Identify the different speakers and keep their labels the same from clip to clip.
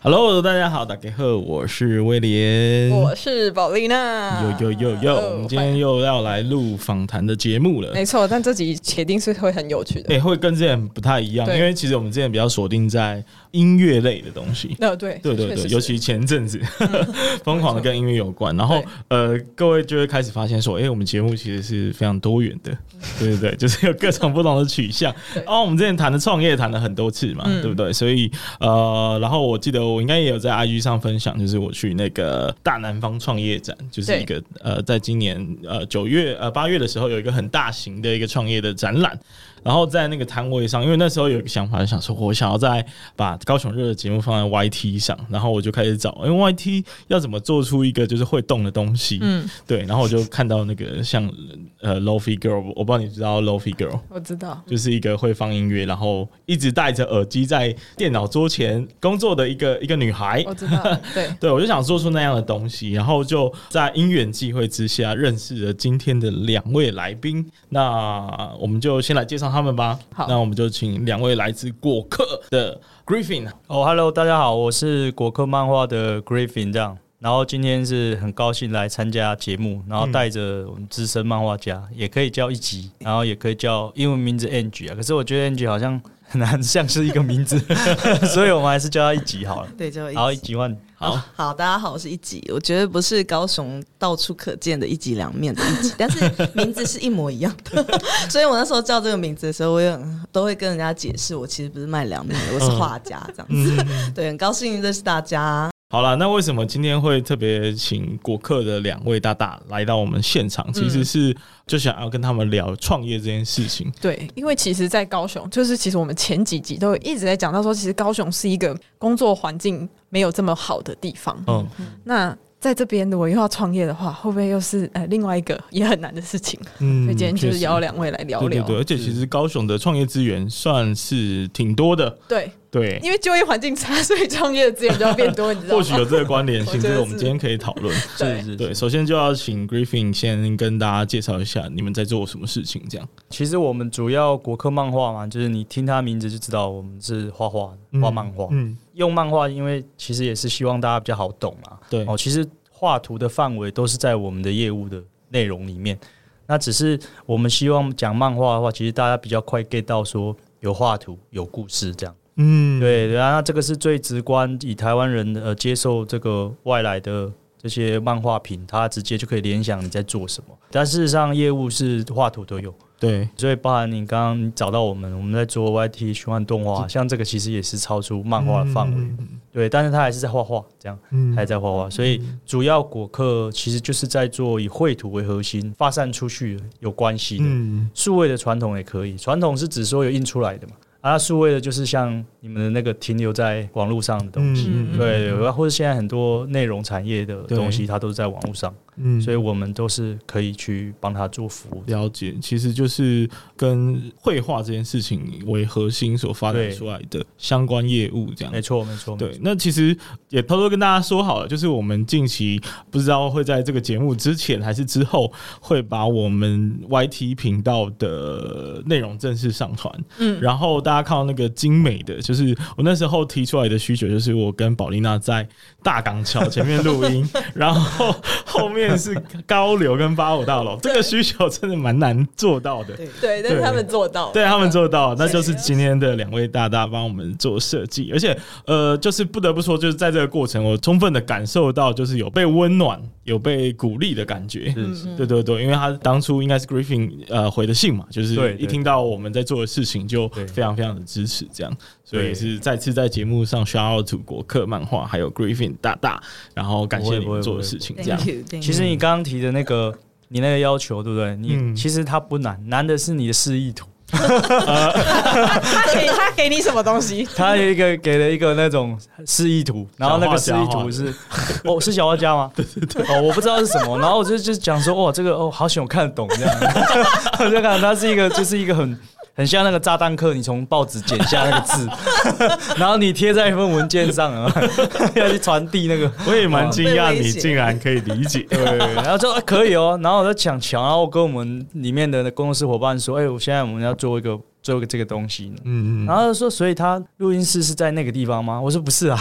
Speaker 1: Hello，大家好，大家好，我是威廉。
Speaker 2: 我是啊哦宝丽娜。
Speaker 1: 有有有有，我们今天又要来录访谈的节目了。
Speaker 2: 没错，但这集铁定是会很有趣的。
Speaker 1: 哎、会跟之前不太一样，
Speaker 2: 对
Speaker 1: 因为其实我们之前比较锁定在音乐类的东西。
Speaker 2: 那哦对
Speaker 1: 对对
Speaker 2: 确
Speaker 1: 对，
Speaker 2: 实是嗯
Speaker 1: 尤其前阵子 疯狂的跟音乐有关，然后
Speaker 2: 对
Speaker 1: 呃，各位就会开始发现说，哎、我们节目其实是非常多元的，对对对，就是有各种不同的取向。
Speaker 2: 嗯对
Speaker 1: 哦，我们之前谈的创业谈了很多次嘛，
Speaker 2: 嗯
Speaker 1: 对不对？所以呃，然后我记得我应该也有在 IG 上分享，就是我去那个大南方创业展，就是
Speaker 2: 对
Speaker 1: 一个呃，在今年呃九月呃八月的时候有一个很大型的一个创业的展览。然后在那个摊位上，因为那时候有一个想法，就想说我想要在把高雄热的节目放在 YT 上，然后我就开始找，因为 YT 要怎么做出一个就是会动的东西，嗯，对，然后我就看到那个像呃 LoFi Girl，我不知道你知道 LoFi Girl。
Speaker 2: 我知道。
Speaker 1: 就是一个会放音乐，然后一直戴着耳机在电脑桌前工作的一个一个女孩，
Speaker 2: 我知 道，对，
Speaker 1: 对，我就想做出那样的东西，然后就在因缘际会之下认识了今天的两位来宾。那我们就先来介绍他们吧。
Speaker 2: 好
Speaker 1: 那我们就请两位来自果客的 Griffin。
Speaker 3: 哦、h e l l o 大家好，我是果克漫画的 Griffin 这样。然后今天是很高兴来参加节目，然后带着我们资深漫画家，也可以叫一级，然后也可以叫英文名字 Angie 啊。可是我觉得 Angie 好像很难 像是一个名字，所以我们还是叫他一级好了。
Speaker 4: 对，就一
Speaker 3: 好，一
Speaker 4: 集
Speaker 3: 级换
Speaker 1: 好，
Speaker 4: 好，大家好，我是一集。我觉得不是高雄到处可见的 一集两面的一集，但是名字是一模一样的。所以我那时候叫这个名字的时候，我也很都会跟人家解释，我其实不是卖凉面的，我是画家这样子。
Speaker 3: 嗯
Speaker 4: 对，很高兴认识大家。
Speaker 1: 好了，那为什么今天会特别请果客的两位大大来到我们现场？其
Speaker 2: 嗯
Speaker 1: 实是就想要跟他们聊创业这件事情。
Speaker 2: 对，因为其实，在高雄，就是其实我们前几集都有一直在讲到说，其实高雄是一个工作环境没有这么好的地方。
Speaker 1: 嗯，
Speaker 2: 那在这边，如果又要创业的话，会不会又是呃另外一个也很难的事情？
Speaker 1: 嗯
Speaker 2: 所以今天就
Speaker 1: 确
Speaker 2: 是
Speaker 1: 实
Speaker 2: 邀两位来聊
Speaker 1: 对对
Speaker 2: 聊。
Speaker 1: 对，而且其实高雄的创业资源算是挺多的，
Speaker 2: 对
Speaker 1: 对，
Speaker 2: 因为就业环境差，所以创业的资源就要变多，你知道
Speaker 1: 或
Speaker 2: 吗
Speaker 1: 许？有这个关联性，
Speaker 2: 我
Speaker 1: 这
Speaker 2: 觉得
Speaker 1: 个我们
Speaker 2: 是
Speaker 1: 今天可以讨论。
Speaker 2: 对
Speaker 3: 是是
Speaker 1: 对，首先就要请 Griffin 先跟大家介绍一下你们在做什么事情，这样。
Speaker 3: 其实我们主要国科漫画嘛，就是你听他名字就知道我们是画画的画漫画。
Speaker 1: 嗯，
Speaker 3: 用漫画，因为其实也是希望大家比较好懂嘛。
Speaker 1: 对
Speaker 3: 哦，其实画图的范围都是在我们的业务的内容里面。那只是我们希望讲漫画的话，其实大家比较快 get 到说有画图、有故事这样。
Speaker 1: 嗯，
Speaker 3: 对，对啊，那这个是最直观，以台湾人呃接受这个外来的这些漫画品，他直接就可以联想你在做什么。但事实上，业务是画图都有，
Speaker 1: 对，
Speaker 3: 所以包含你刚刚找到我们，我们在做 YT 循环动画，像这个其实也是超出漫画的范围。对，但是他还是在画画，这样，
Speaker 1: 嗯
Speaker 3: 还在画画，所以主要果课其实就是在做以绘图为核心发散出去有关系的，
Speaker 1: 嗯，
Speaker 3: 数、位的传统也可以，传统是指说有印出来的嘛，啊，数位的就是像你们的那个停留在网络上的东西，
Speaker 1: 嗯嗯
Speaker 3: 对，对或者现在很多内容产业的
Speaker 1: 对
Speaker 3: 东西，它都是在网络上，
Speaker 1: 嗯
Speaker 3: 所以我们都是可以去帮他做服务的。
Speaker 1: 了解，其实就是跟绘画这件事情为核心所发展
Speaker 3: 对
Speaker 1: 出来的相关业务，这样
Speaker 3: 没。错，没错，
Speaker 1: 嗯
Speaker 3: 没
Speaker 1: 对
Speaker 3: 错，
Speaker 1: 那其实也偷偷跟大家说好了，就是我们近期不知道会在这个节目之前还是之后，会把我们 YT 频道的内容正式上传。嗯，然后大家看到那个精美的，就是我那时候提出来的需求，就是我跟宝丽娜在大港桥前面录 音，然后后面是高流跟八五大楼，这个需求真的蛮难做到的。
Speaker 2: 对，但是他们做到了。
Speaker 1: 对他们做到，那就是今天的两位大大帮我们做设计，而且呃，就是不得不说，就是在这个过程，我充分的感受到，就是有被温暖、有被鼓励的感觉。对对对，因为他当初应该是 Griffin 呃回的信嘛，就是
Speaker 3: 对
Speaker 1: 一听到我们在做的事情，就
Speaker 3: 对
Speaker 1: 非常非常的支持，这样，所以
Speaker 3: 对
Speaker 1: 也是再次在节目上 shout out to 国客漫画，还有 Griffin 大大，然后感谢你
Speaker 3: 不会不会
Speaker 1: 们做
Speaker 3: 不
Speaker 1: 的
Speaker 3: 会
Speaker 1: 事情，这样
Speaker 4: Thank。you，
Speaker 3: 其实你刚刚提的那个，你那个要求，对不对？你、
Speaker 1: 嗯
Speaker 3: 其实它不难，难的是你的示意图。
Speaker 2: 他给他给你什么东西？
Speaker 3: 他有一个给了一个那种示意图，然后那个示意图是，哦，是小画家 吗？对对对，哦，我不知道是什么，然后我就就讲说，哇，这个哦，好喜欢看得懂这样， 我就看它是一个，就是一个很很像那个炸弹客，你从报纸剪下那个字， 然后你贴在一份文件上啊， 要去传递那个，
Speaker 1: 我也蛮惊讶
Speaker 4: 被威
Speaker 1: 你
Speaker 4: 胁
Speaker 1: 竟然可以理解。
Speaker 3: 对，然后就、啊、可以哦，然后我在抢桥，然后我跟我们里面的工作室伙伴说，哎、我现在我们要做一个做一个这个东西呢，
Speaker 1: 嗯嗯
Speaker 3: 然后他说，所以他录音室是在那个地方吗？我说不是 啊，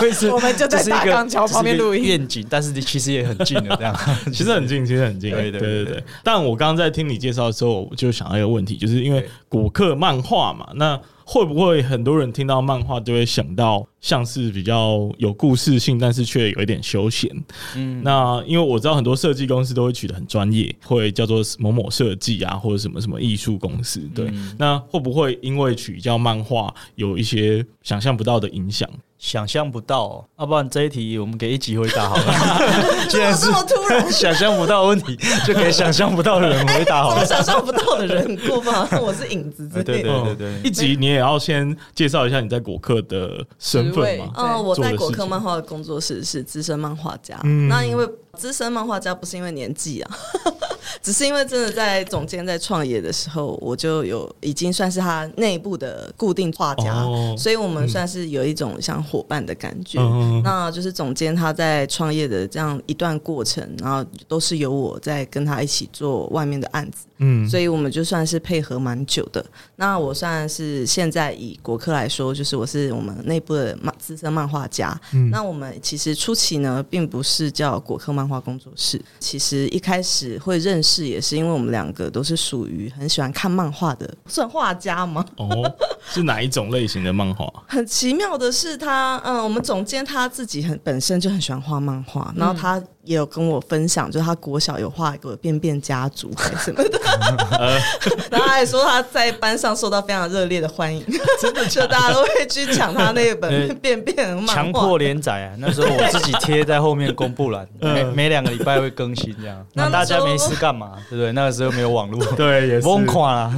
Speaker 3: 录音室
Speaker 2: 我们就在
Speaker 3: 这是一
Speaker 2: 大
Speaker 3: 个
Speaker 2: 港桥旁边录
Speaker 3: 这是一个
Speaker 2: 音。
Speaker 3: 愿景，但是其实也很近的这 样。
Speaker 1: 其实很近，其实很近。
Speaker 3: 对对
Speaker 1: 对
Speaker 3: 对
Speaker 1: 对。但我刚刚在听你介绍的时候，我就想到一个问题，就是因为
Speaker 3: 对
Speaker 1: 果客漫画嘛，那会不会很多人听到漫画就会想到像是比较有故事性，但是却有一点休闲？
Speaker 3: 嗯，
Speaker 1: 那因为我知道很多设计公司都会取得很专业，会叫做某某设计啊，或者什么什么艺术公司。对，
Speaker 3: 嗯
Speaker 1: 那会不会因为取叫漫画有一些想象不到的影响？
Speaker 3: 想象不到、哦，要、不然这一题我们给一集回答好了。
Speaker 4: 怎么这么突 然？
Speaker 3: 想象不到的问题就给想象不到的人回答好
Speaker 4: 怎么
Speaker 3: 了。
Speaker 4: 想象不到的人过分？好像我是影子之
Speaker 3: 对
Speaker 4: 类
Speaker 3: 对
Speaker 4: 的。
Speaker 3: 对对对，
Speaker 1: 一集你也要先介绍一下你在果客的身份嘛？
Speaker 2: 对
Speaker 4: 哦，我
Speaker 1: 做
Speaker 4: 在
Speaker 1: 的
Speaker 4: 果
Speaker 1: 事
Speaker 4: 科
Speaker 1: 情
Speaker 4: 漫画的工作室是资深漫画家。
Speaker 1: 嗯
Speaker 4: 那因为资深漫画家不是因为年纪啊， 只是因为真的在总监在创业的时候，我就有已经算是他内部的固定画家，
Speaker 1: 哦
Speaker 4: 所以我们算是有一种像伙伴的感觉。
Speaker 1: 嗯
Speaker 4: 那就是总监他在创业的这样一段过程，然后都是由我在跟他一起做外面的案子。
Speaker 1: 嗯
Speaker 4: 所以我们就算是配合蛮久的。那我算是现在以国科来说，就是我是我们内部的漫资深漫画家。
Speaker 1: 嗯
Speaker 4: 那我们其实初期呢，并不是叫国科漫画工作室，其实一开始会认识也是因为我们两个都是属于很喜欢看漫画的，算画家吗？
Speaker 1: 哦，是哪一种类型的漫画？
Speaker 4: 很奇妙的是他，嗯，我们总监他自己很本身就很喜欢画漫画，然后他也有跟我分享，就是他国小有画一个便便家族还是什么的，然后他还说他在班上受到非常热烈的欢迎，真的，就大家都会去抢他那本
Speaker 3: 呃
Speaker 4: 便便漫画，
Speaker 3: 强迫连载啊！那时候我自己贴在后面公布 栏，每每两个礼拜会更新这样。
Speaker 4: 那
Speaker 3: 嗯那大家
Speaker 4: 那时候
Speaker 3: 没事干嘛？对不 对？那个时候没有网络，
Speaker 1: 对，也
Speaker 3: 疯 狂啦。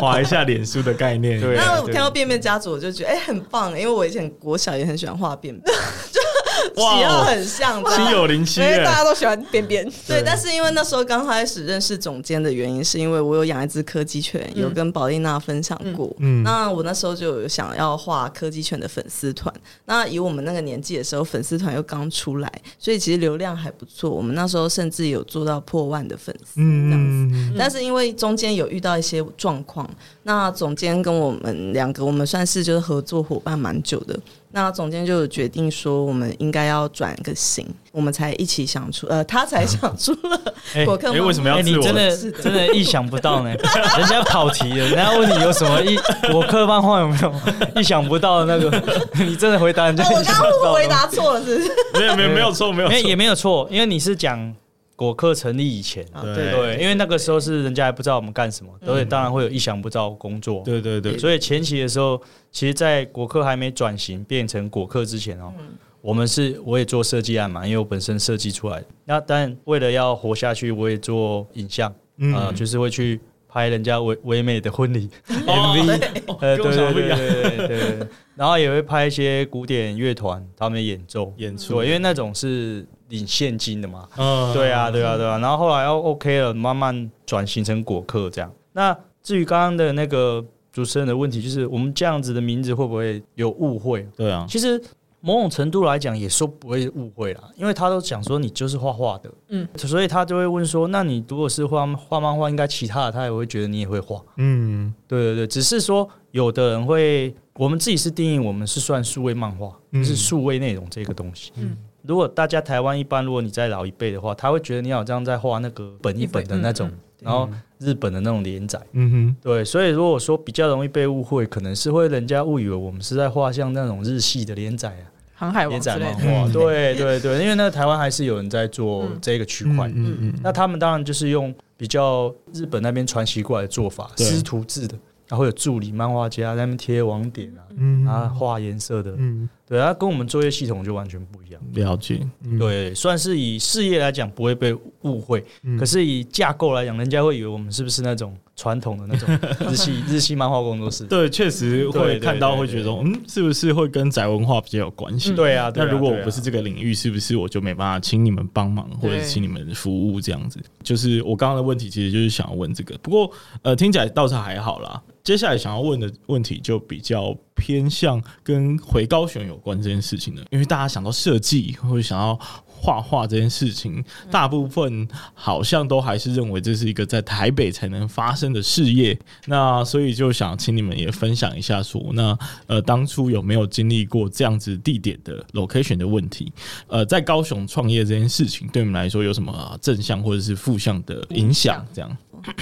Speaker 1: 划一下脸书的概念。
Speaker 3: 对
Speaker 4: 那我看到便便家族，我就觉得哎、很棒，因为我以前国小也很喜欢画便便，就
Speaker 1: 哇哦哎
Speaker 4: 喜好很像，这样
Speaker 1: 心有灵犀
Speaker 2: 因为
Speaker 1: 耶
Speaker 2: 大家都喜欢边边，
Speaker 4: 对，但是因为那时候刚开始认识总监的原因，是因为我有养一只柯基犬，有跟宝丽娜分享过。
Speaker 1: 嗯嗯嗯
Speaker 4: 那我那时候就有想要画柯基犬的粉丝团。那以我们那个年纪的时候，粉丝团又刚出来，所以其实流量还不错。我们那时候甚至有做到破万的粉丝这样子。
Speaker 1: 嗯，
Speaker 4: 但是因为中间有遇到一些状况，那总监跟我们两个，我们算是就是合作伙伴蛮久的。那总监就有决定说，我们应该要转个型，我们才一起想出，呃，他才想出了
Speaker 3: 哎
Speaker 4: 果克
Speaker 1: 哎，
Speaker 4: 漫
Speaker 1: 为什么
Speaker 3: 哎、
Speaker 1: 要
Speaker 3: 你
Speaker 1: 自我？
Speaker 3: 真的
Speaker 4: 是的
Speaker 3: 真的意想不到呢， 人家跑题了，人家问你有什么意，我科漫画有没有意想不到的那个？ 你真的回答人家
Speaker 4: 哦我
Speaker 3: 意
Speaker 4: 刚
Speaker 3: 想
Speaker 4: 刚会
Speaker 3: 不
Speaker 4: 不
Speaker 3: 到
Speaker 4: 会
Speaker 3: 的
Speaker 4: 回答错了，是不是？
Speaker 1: 没 有没有没有错没有
Speaker 3: 没有
Speaker 1: 错
Speaker 3: 也没有错，因为你是讲果科成立以前，
Speaker 4: 啊，
Speaker 1: 对
Speaker 4: 对
Speaker 3: 对，嗯因为那个时候是人家还不知道我们干什么，所以当然会有意想不到的工作。
Speaker 1: 对对对，
Speaker 3: 所以前期的时候，其实，在果科还没转型变成果科之前哦，
Speaker 1: 嗯
Speaker 3: 我们是我也做设计啊案嘛，因为我本身设计出来的。那但为了要活下去，我也做影像，
Speaker 1: 嗯
Speaker 3: 啊，就是会去拍人家唯唯美的婚礼 MV，
Speaker 1: MV
Speaker 3: 呃，
Speaker 1: 哦跟我
Speaker 3: 对
Speaker 1: 想的
Speaker 3: 对
Speaker 1: 不一
Speaker 3: 对
Speaker 1: 样
Speaker 3: 对对对，对然后也会拍一些古典乐团他们演奏
Speaker 1: 演出
Speaker 3: 对因为那种是领现金的嘛，
Speaker 1: 嗯
Speaker 3: 对啊，对啊，对啊。然后后来要 OK 了，慢慢转型成果客这样。那至于刚刚的那个主持人的问题，就是我们这样子的名字会不会有误会？
Speaker 1: 对啊，
Speaker 3: 其实某种程度来讲，也说不会误会啦，因为他都讲说你就是画画的，
Speaker 2: 嗯，
Speaker 3: 所以他就会问说，那你如果是画画漫画，应该其他的他也会觉得你也会画。
Speaker 1: 嗯
Speaker 3: 对对对，只是说有的人会，我们自己是定义我们是算数位漫画，
Speaker 1: 嗯
Speaker 3: 就是数位内容这个东西。
Speaker 2: 嗯
Speaker 3: 如果大家台湾一般，如果你再老一辈的话，他会觉得你好像在画那个本一本的那种，
Speaker 2: 嗯
Speaker 3: 然后日本的那种连载。
Speaker 1: 嗯
Speaker 3: 对，所以如果说比较容易被误会，可能是会人家误以为我们是在画像那种日系的连载啊，
Speaker 2: 航海王
Speaker 3: 连
Speaker 2: 之
Speaker 3: 载
Speaker 2: 类
Speaker 3: 漫
Speaker 2: 的。
Speaker 3: 画。
Speaker 1: 嗯
Speaker 3: 对对对，因为那个台湾还是有人在做这个区
Speaker 1: 哼，
Speaker 3: 块。
Speaker 1: 嗯嗯
Speaker 3: 那他们当然就是用比较日本那边传习过来的做法，
Speaker 1: 对
Speaker 3: 师徒制的，然后有助理漫画家在那边贴网点啊，
Speaker 1: 嗯
Speaker 3: 啊画颜色的，
Speaker 1: 嗯，
Speaker 3: 对，它跟我们作业系统就完全不一样。
Speaker 1: 了解，嗯，
Speaker 3: 对，算是
Speaker 1: 嗯
Speaker 3: 以事业来讲不会被误会，可是以架构来讲，人家会以为我们是不是那种传统的那 种日系日系漫画工作室。
Speaker 1: 对，确实会
Speaker 3: 对对
Speaker 1: 看到，
Speaker 3: 对
Speaker 1: 会觉得
Speaker 3: 对
Speaker 1: 嗯，是不是会跟宅文化比较有关系？
Speaker 3: 对啊，对
Speaker 1: 那
Speaker 3: 啊
Speaker 1: 如果
Speaker 3: 对
Speaker 1: 我
Speaker 3: 啊
Speaker 1: 不是这个领域，是不是我就没办法请你们帮忙，或者
Speaker 2: 对
Speaker 1: 请你们服务这样子？就是我刚刚的问题，其实就是想要问这个。不过呃，听起来倒是还好啦。接下来想要问的问题就比较偏向跟回高雄有关这件事情了，因为大家想到设计或者想要画画这件事
Speaker 3: 嗯
Speaker 1: 情，大部分好像都还是认为这是一个在台北才能发生的事业。那所以就想请你们也分享一下说，那呃当初有没有经历过这样子地点的 location 的问题？呃，在高雄创业这件事情，对你们来说有什么呃正向或者是负向的影响？这样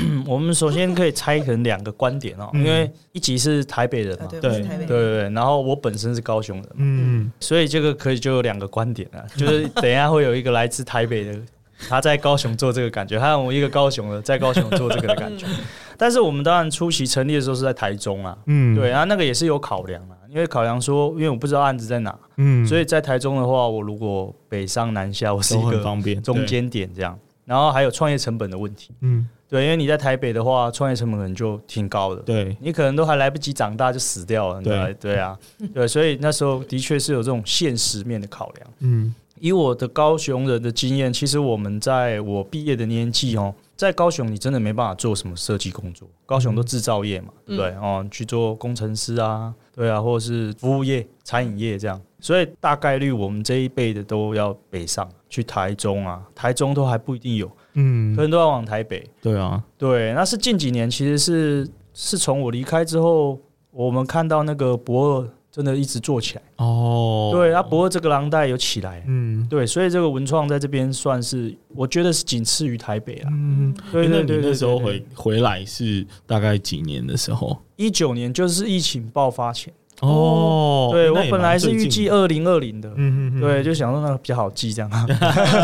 Speaker 3: 嗯我们首先可以拆成两个观点哦，
Speaker 1: 嗯
Speaker 3: 因为一集是台北人嘛，
Speaker 4: 啊
Speaker 3: 对
Speaker 4: 对，我
Speaker 1: 对
Speaker 4: 是台北
Speaker 3: 对
Speaker 4: 人，
Speaker 3: 对，然后我本身是高雄人，
Speaker 1: 嗯，
Speaker 3: 所以这个可以就有两个观点啊， 就是等一下会有一个来自台北的，他在高雄做这个感觉，还有我一个高雄的在高雄做这个的感觉。但是我们当然初期成立的时候是在台中啊，
Speaker 1: 嗯
Speaker 3: 对，然后那个也是有考量啊，因为考量说，因为我不知道案子在哪，
Speaker 1: 嗯
Speaker 3: 所
Speaker 1: 以
Speaker 3: 以在台中的话，我如果北上南下，我是
Speaker 1: 都
Speaker 3: 一
Speaker 1: 很
Speaker 3: 个
Speaker 1: 方便，
Speaker 3: 中间点这样，然后还有创业成本的问题，
Speaker 1: 嗯，
Speaker 3: 对，因为你在台北的话，创业成本可能就挺高的，
Speaker 1: 对，
Speaker 3: 你可能都还来不及长大就死掉了，
Speaker 1: 对
Speaker 3: 对对啊，对，所以那时候的确是有这种现实面的考量。
Speaker 1: 嗯
Speaker 3: 以我的高雄人的经验，其实我们在我毕业的年纪哦，在高雄你真的没办法做什么设计工作，高雄都制造业嘛，对不对？哦，去做工程师啊，对啊，或者是服务业、餐饮业这样，所以大概率我们这一辈的都要北上去台中啊，台中都还不一定有，可
Speaker 1: 嗯，
Speaker 3: 能都要往台北。
Speaker 1: 对啊，
Speaker 3: 对，那是近几年，其实是是从我离开之后，我们看到那个博二真的一直做起来。
Speaker 1: 哦，
Speaker 3: 对，啊那博二这个廊带有起来。
Speaker 1: 嗯。
Speaker 3: 对，所以这个文创在这边算是，我觉得是仅次于台北啦。
Speaker 1: 嗯，
Speaker 3: 对
Speaker 1: 诶那
Speaker 3: 对
Speaker 1: 你
Speaker 3: 对对
Speaker 1: 那时候
Speaker 3: 对
Speaker 1: 回回来是大概几年的时候？
Speaker 3: 一九年就是疫情爆发前，
Speaker 1: 哦，
Speaker 3: 对
Speaker 1: 诶
Speaker 3: 我
Speaker 1: 那也
Speaker 3: 本
Speaker 1: 蛮
Speaker 3: 来是
Speaker 1: 最
Speaker 3: 预
Speaker 1: 近
Speaker 3: 计
Speaker 1: 的，
Speaker 3: 二零二零的，
Speaker 1: 嗯嗯嗯，
Speaker 3: 对，就想说那个比较好记 这样。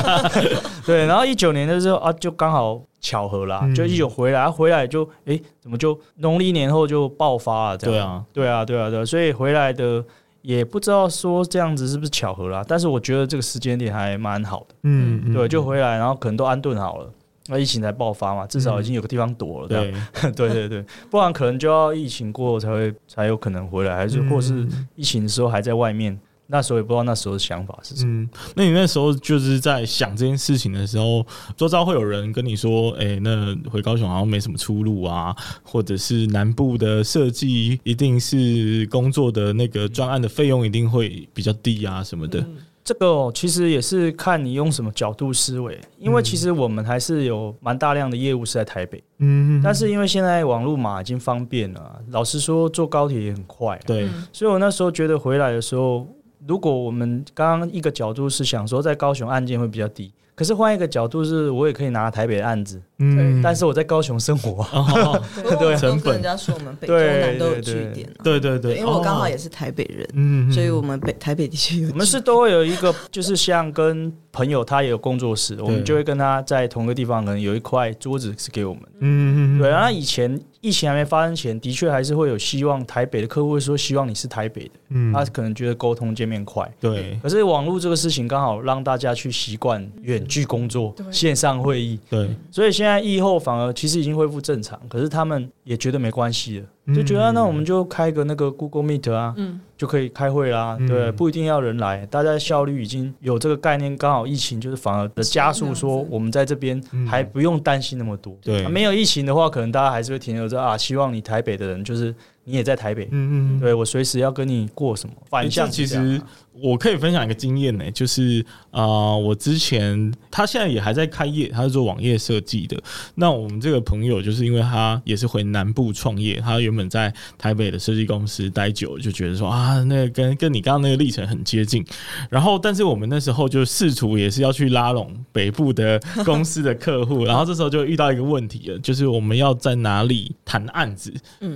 Speaker 3: 对，然后一九年的时候啊，就刚好巧合啦，
Speaker 1: 嗯
Speaker 3: 就一九回来，啊回来就哎、怎么就农历年后就爆发了这样？
Speaker 1: 对啊，
Speaker 3: 对啊，对啊，对啊，所以回来的也不知道说这样子是不是巧合啦，但是我觉得这个时间点还蛮好的，
Speaker 1: 嗯，嗯
Speaker 3: 对，就
Speaker 1: 嗯
Speaker 3: 回来，然后可能都安顿好了。那疫情才爆发嘛，至少已经有个地方躲了，对
Speaker 1: 嗯
Speaker 3: 啊
Speaker 1: 对，
Speaker 3: 吧 对对对，不然可能就要疫情过后才会才有可能回来，还是
Speaker 1: 嗯
Speaker 3: 或是疫情的时候还在外面，那时候也不知道那时候的想法是什么。
Speaker 1: 嗯，那你那时候就是在想这件事情的时候，周遭会有人跟你说，哎、那回高雄好像没什么出路啊，或者是南部的设计一定是工作的那个专案的费用一定会比较低啊什么的，
Speaker 3: 这个、哦、其实也是看你用什么角度思维，因为其实我们还是有蛮大量的业务是在台北，
Speaker 1: 嗯，
Speaker 3: 但是因为现在网络嘛已经方便了啊，老实说坐高铁也很快啊，
Speaker 1: 对，
Speaker 2: 嗯
Speaker 3: 所以我那时候觉得回来的时候，如果我们刚刚一个角度是想说在高雄案件会比较低，可是换一个角度是我也可以拿台北的案子，
Speaker 1: 嗯，
Speaker 3: 但是我在高雄生 活啊，
Speaker 1: 哦，
Speaker 4: 不过我
Speaker 1: 成
Speaker 4: 都
Speaker 1: 本
Speaker 4: 跟人家说我们北中
Speaker 3: 对
Speaker 4: 南都有
Speaker 3: 对
Speaker 4: 据
Speaker 3: 对
Speaker 4: 点啊，
Speaker 1: 对对对，
Speaker 4: 因为我刚好
Speaker 1: 哦
Speaker 4: 也是台北人，
Speaker 1: 嗯，嗯
Speaker 4: 所以我们北台北的确有据点。
Speaker 3: 我们是都会有一个，就是像跟朋友他也有工作室，我们就会跟他在同一个地方，可能有一块桌子是给我们。
Speaker 1: 嗯嗯嗯，
Speaker 3: 对，然后以前疫情还没发生前，的确还是会有希望台北的客户会说希望你是台北的，
Speaker 1: 嗯，
Speaker 3: 他可能觉得沟通见面快。
Speaker 1: 对
Speaker 3: 可是网络这个事情刚好让大家去习惯远距工作、线上会议，
Speaker 1: 对，
Speaker 3: 所以现在疫后反而其实已经恢复正常，可是他们也觉得没关系
Speaker 1: 嗯
Speaker 3: 了，就觉得、啊那我们就开个那个 Google Meet 啊，
Speaker 2: 嗯
Speaker 3: 就可以开会啦，
Speaker 1: 嗯
Speaker 3: 对，不一定要人来，大家效率已经有这个概念，刚好疫情就是反而的加速，说我们在这边
Speaker 1: 嗯
Speaker 3: 还不用担心那么多。
Speaker 1: 对
Speaker 3: 啊没有疫情的话，可能大家还是会停留着啊，希望你台北的人就是你也在台北，
Speaker 1: 嗯嗯嗯，
Speaker 3: 对我随时要跟你过什么反向
Speaker 1: 这
Speaker 3: 是
Speaker 1: 其
Speaker 3: 这样啊，
Speaker 1: 实我可以分享一个经验呢、就是啊，我之前他现在也还在开业，他是做网页设计的。那我们这个朋友就是因为他也是回南部创业，他原本在台北的设计公司待久了，就觉得说啊，那个跟跟你刚刚那个历程很接近。然后，但是我们那时候就试图也是要去拉拢北部的公司的客户， 然后这时候就遇到一个问题了，就是我们要在哪里谈案子？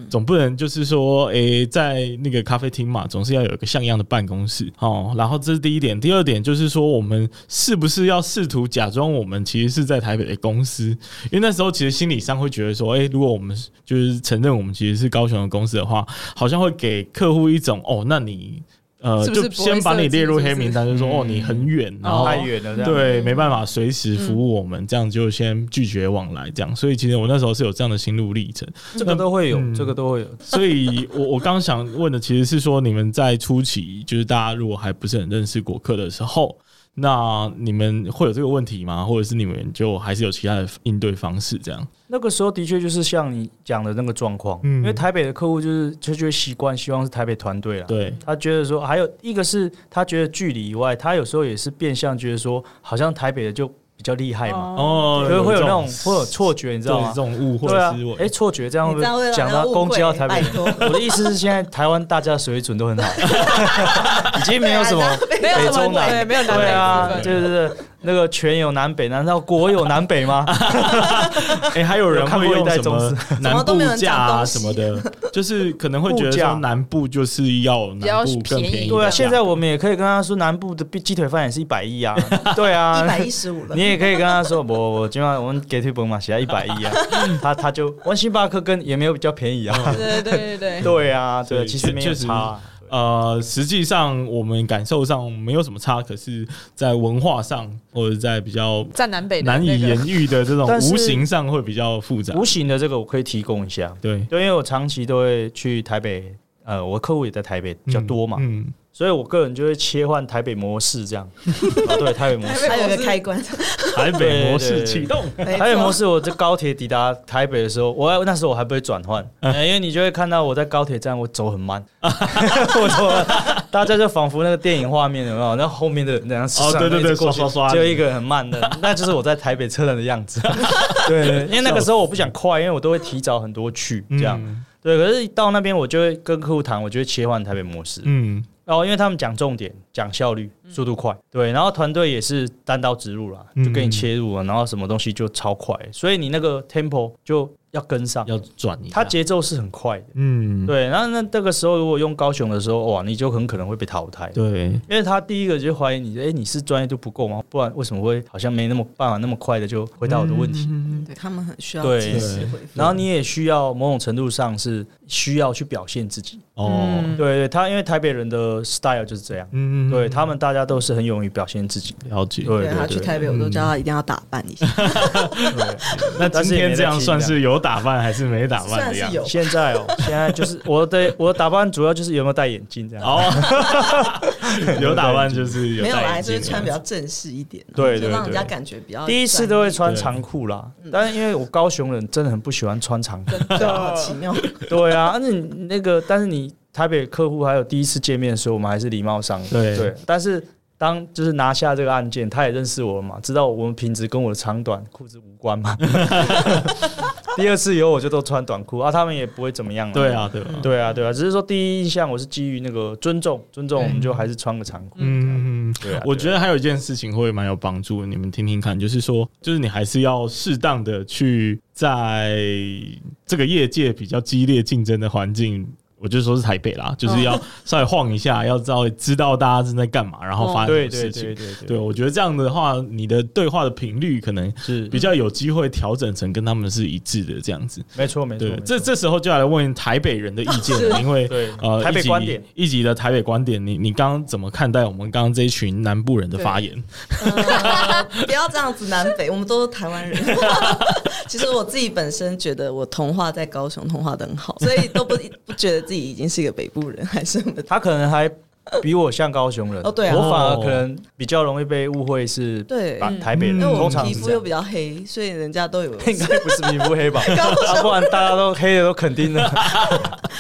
Speaker 1: 总不能就是说，诶、在那个咖啡厅嘛，总是要有一个像样的办公室哦。然后这是第一点，第二点就是说，我们是不是要试图假装我们其实是在台北的公司？因为那时候其实心理上会觉得说，诶、如果我们就是承认我们其实是高雄的公司的话，好像会给客户一种哦，那你。呃，
Speaker 2: 是不是
Speaker 1: 就
Speaker 2: 不会
Speaker 1: 先把你列入
Speaker 2: 设计
Speaker 1: 黑名单，就说
Speaker 3: 是不
Speaker 1: 哦
Speaker 3: 是
Speaker 1: 你很远，然
Speaker 2: 哦
Speaker 1: 后
Speaker 3: 太远了这样。
Speaker 1: 对，没办法随时服
Speaker 2: 嗯
Speaker 1: 务我们，这样就先拒绝往来，这样。所以其实我那时候是有这样的心路历程。
Speaker 3: 这个都会有，
Speaker 1: 嗯
Speaker 3: 这个都会有。
Speaker 1: 所以我我刚想问的其实是说，你们在初期，就是大家如果还不是很认识国客的时候，那你们会有这个问题吗？或者是你们就还是有其他的应对方式？这样，
Speaker 3: 那个时候的确就是像你讲的那个状况，
Speaker 1: 嗯
Speaker 3: 因为台北的客户就是他就会习惯，希望是台北团队啦。
Speaker 1: 对，
Speaker 3: 他觉得说，还有一个是他觉得距离以外，他有时候也是变相觉得说，好像台北的就比较厉害嘛，
Speaker 1: 哦
Speaker 3: 所以会有那种会有错觉，你知道
Speaker 1: 对
Speaker 3: 吗
Speaker 1: 哦这？种误会
Speaker 3: 对啊
Speaker 1: 思，维。
Speaker 3: 哎，错觉这样
Speaker 4: 你
Speaker 3: 会
Speaker 4: 这
Speaker 3: 不
Speaker 4: 样会
Speaker 3: 会
Speaker 4: 让
Speaker 3: 讲
Speaker 4: 人
Speaker 3: 到
Speaker 4: 家误
Speaker 3: 攻击到
Speaker 4: 会
Speaker 3: 台北
Speaker 4: 拜
Speaker 3: 人。
Speaker 4: 托，
Speaker 3: 我的意思是，现在台湾大家水准都很好，已经没有什么
Speaker 2: 没有
Speaker 3: 北
Speaker 2: 什么
Speaker 3: 中南
Speaker 2: 对，没有南
Speaker 3: 对啊
Speaker 2: 北之，分。
Speaker 3: 对对对，那个全有南北，难道国有南北吗？
Speaker 1: 哎、还有人会
Speaker 3: 啊有看过
Speaker 1: 用
Speaker 3: 一代
Speaker 1: 什
Speaker 3: 宗
Speaker 1: 么
Speaker 3: 师
Speaker 1: 南
Speaker 4: 都
Speaker 1: 部
Speaker 4: 没有人
Speaker 1: 价
Speaker 4: 讲
Speaker 1: 啊
Speaker 4: 东
Speaker 1: 什
Speaker 4: 西
Speaker 1: 么的，就是可能会觉得
Speaker 3: 物价
Speaker 1: 说南部就是要南部更便宜。
Speaker 3: 对啊，现在
Speaker 1: 我
Speaker 3: 我们也可以跟他说，南部的鸡腿饭也是一百一啊，对啊，
Speaker 4: 一百一十五 了
Speaker 3: 你。也可以跟他说，我我今晚我们给退本嘛，写到一百 一啊，他他就我星巴克跟也没有比较便宜啊，
Speaker 2: 对对对对 对，
Speaker 3: 对啊，
Speaker 1: 所以
Speaker 3: 对，其实没有
Speaker 1: 确实
Speaker 3: 差啊，
Speaker 1: 呃，实际上我们感受上没有什么差，可是，在文化上或者在比较
Speaker 2: 占南北的
Speaker 1: 难以
Speaker 2: 那个
Speaker 1: 言喻的这种
Speaker 3: 但是
Speaker 1: 无形上会比较复杂。
Speaker 3: 无形的这个我可以提供一下，
Speaker 1: 对，
Speaker 3: 对，因为我长期都会去台北，呃，我客户也在台北比较多嘛，
Speaker 1: 嗯，嗯
Speaker 3: 所以我个人就会切换台北模式 这样，啊对，台北模式。
Speaker 4: 还有一个开关，
Speaker 1: 嗯台北模式
Speaker 3: 对对对
Speaker 1: 启动。
Speaker 4: 台
Speaker 3: 台北模式，我在高铁抵达台北的时候，我那时候我还不会 转换，
Speaker 1: 嗯
Speaker 3: 呃因为你就会看到我在高铁站我走很慢， 我走很慢，大家就仿佛那个电影画面有没有？那后面的人家
Speaker 1: 哦对对对
Speaker 3: 过去
Speaker 1: 刷刷刷
Speaker 3: 就一个很慢的，那就是我在台北车站的样 子。对，对因为那个时候我不想快，因为我都会提早很多去这样。
Speaker 1: 嗯
Speaker 3: 对，可是一到那边我就会跟客户谈，我就会切换台北模式。
Speaker 1: 嗯，
Speaker 3: 哦，因为他们讲重点、讲效率、速度快，对，然后团队也是单刀直入啦，
Speaker 1: 嗯
Speaker 3: 就给你切入了，啊然后什么东西就超快，所以你那个 tempo 就要跟上
Speaker 1: 嗯，要转一下
Speaker 3: 它节奏是很快的。
Speaker 1: 嗯，
Speaker 3: 啊对，然后那这个时候如果用高雄的时候，哇，你就很可能会被淘汰，
Speaker 1: 对，
Speaker 3: 因为他第一个就怀疑你，哎，你是专业度不够吗？不然为什么会好像没那么办法那么快的就回答我的问题？
Speaker 1: 嗯
Speaker 4: 他们很需要
Speaker 3: 对
Speaker 4: 及时回复。
Speaker 3: 然后你也需要某种程度上是需要去表现自己，
Speaker 1: 哦，
Speaker 4: 嗯
Speaker 3: 对对，他因为台北人的 style 就是这样，
Speaker 1: 嗯，
Speaker 3: 对他们大家都是很勇于表现自己。
Speaker 1: 了解。
Speaker 3: 对
Speaker 4: 对他去台北，我都叫他一定要打扮一下，
Speaker 1: 那
Speaker 3: 但
Speaker 1: 今
Speaker 3: 是也没
Speaker 1: 天这
Speaker 3: 在
Speaker 1: 样
Speaker 3: 听
Speaker 1: 算
Speaker 3: 这样
Speaker 1: 是有打扮还是没打扮
Speaker 4: 算
Speaker 1: 的
Speaker 4: 是
Speaker 1: 样子？
Speaker 4: 有。
Speaker 3: 现 在哦，现在就是我的我的打扮主要就是有没有戴眼镜这样。
Speaker 1: 哦， 有打扮就是有
Speaker 4: 没有
Speaker 1: 戴
Speaker 4: 啦，还
Speaker 1: 眼
Speaker 4: 是会
Speaker 1: 镜
Speaker 4: 穿
Speaker 1: 啊
Speaker 4: 比较正式一点啊，
Speaker 3: 对对
Speaker 4: 就让
Speaker 3: 对
Speaker 4: 人家感觉比较
Speaker 3: 第一次都会穿
Speaker 1: 哦对嗯
Speaker 3: 长裤啦，但是因为我高雄人真的很不喜欢 穿长裤。
Speaker 4: 专业，对，啊好奇妙。
Speaker 3: 对啊，但是你那个，但是你台北客户还有第一次见面的时候，我们还是礼貌上
Speaker 1: 对
Speaker 3: 对，但是当就是拿下这个案件，他也认识我了嘛，知道我们平时跟我的长短裤子无 关嘛。 第二次以后我就都穿短裤啊，他们也不会怎么样了。
Speaker 1: 对啊，对啊，
Speaker 3: 对啊，对啊，只是说第一印象我是基于那个尊重，尊重我们就还是穿个长裤。
Speaker 1: 嗯，
Speaker 3: 对啊，
Speaker 1: 我
Speaker 3: 对啊
Speaker 1: 觉得还有一件事情会蛮有帮助的，你们听听看，就是说，就是你还是要适当的去在这个业界比较激烈竞争的环境。我就说是台北啦，就是要稍微晃一下，要稍微知道大家正在干嘛，然后发生什
Speaker 3: 对
Speaker 1: 么事
Speaker 3: 对
Speaker 1: 情。
Speaker 3: 对对
Speaker 1: 对，我觉得这样的话，你的对话的频率可能
Speaker 3: 是
Speaker 1: 比较有机会调整成跟他们是一致的这样子。
Speaker 3: 没错没错
Speaker 1: 对，，
Speaker 3: 没错
Speaker 1: 这这时候就要来问台北人的意见了，因为
Speaker 3: 对
Speaker 1: 呃，
Speaker 3: 台北
Speaker 1: 一集
Speaker 3: 观点
Speaker 1: 一集的台北观点，你你刚刚怎么看待我们刚刚这一群南部人的发言？
Speaker 4: 呃不要这样子，南北我们都是台湾人。 其实我自己本身觉得我童话在高雄童话的很好，所以都不不觉得自己已经是一个北部人，还是我们
Speaker 3: 他可能还比我像高雄人
Speaker 4: 哦对啊
Speaker 3: 我反而可能比较容易被误会是
Speaker 4: 对嗯
Speaker 3: 把台北人，
Speaker 4: 因为
Speaker 3: 啊通
Speaker 4: 我
Speaker 3: 常
Speaker 4: 皮
Speaker 3: 是
Speaker 4: 肤
Speaker 3: 这
Speaker 4: 又
Speaker 3: 样
Speaker 4: 比。较黑，所以人家都有没
Speaker 3: 应该不是皮肤 黑吧？啊，不然大家都黑的都肯定的。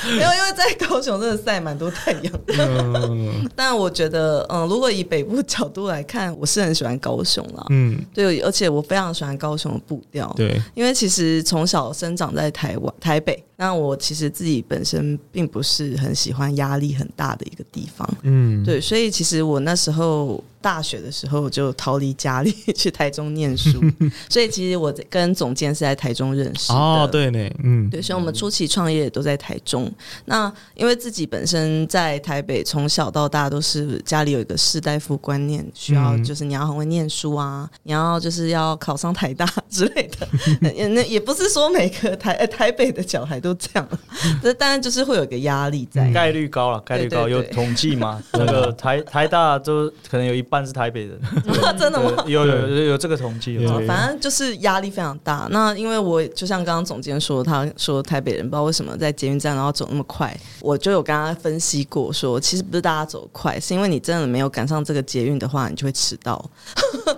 Speaker 4: 有，因为在高雄真的晒蛮多太阳。
Speaker 1: 嗯
Speaker 4: 但我觉得，嗯，如果以北部角度来看，我是很喜欢高雄啦。
Speaker 1: 嗯，
Speaker 4: 对，而且我非常喜欢高雄的步调。
Speaker 1: 对，
Speaker 4: 因为其实从小生长在台湾台北，那我其实自己本身并不是很喜欢压力很大的一个地方，
Speaker 1: 嗯，
Speaker 4: 对，所以其实我那时候大学的时候我就逃离家里 去台中念 书，所以其实我跟总监是在台中认识的。
Speaker 1: 哦，对呢，嗯，
Speaker 4: 对，所以我们初期创业也都在台中。那因为自己本身在台北，从小到大都是家里有一个士大夫观念，需要
Speaker 1: 嗯
Speaker 4: 就是你要很会念书啊，你要就是要考上台大 之类 的。也那也不是说每个台、呃台北的小孩都这样， 这当然就是会有一个压力
Speaker 1: 嗯
Speaker 4: 在。
Speaker 3: 概率高了，概率高，
Speaker 4: 对
Speaker 3: 有
Speaker 4: 对对
Speaker 3: 统计嘛？那个台台大都可能有一半是台北人，
Speaker 4: 真的吗？
Speaker 3: 对有有有有这个统计，有啊
Speaker 1: 对
Speaker 4: 哦反正就是压力非常大。那因为我就像刚刚总监说，他说台北人不知道为什么在捷运站然后走那么快，我就有跟他分析过说，其实不是大家走快，是因为你真的没有赶上这个捷运的话，你就会迟到。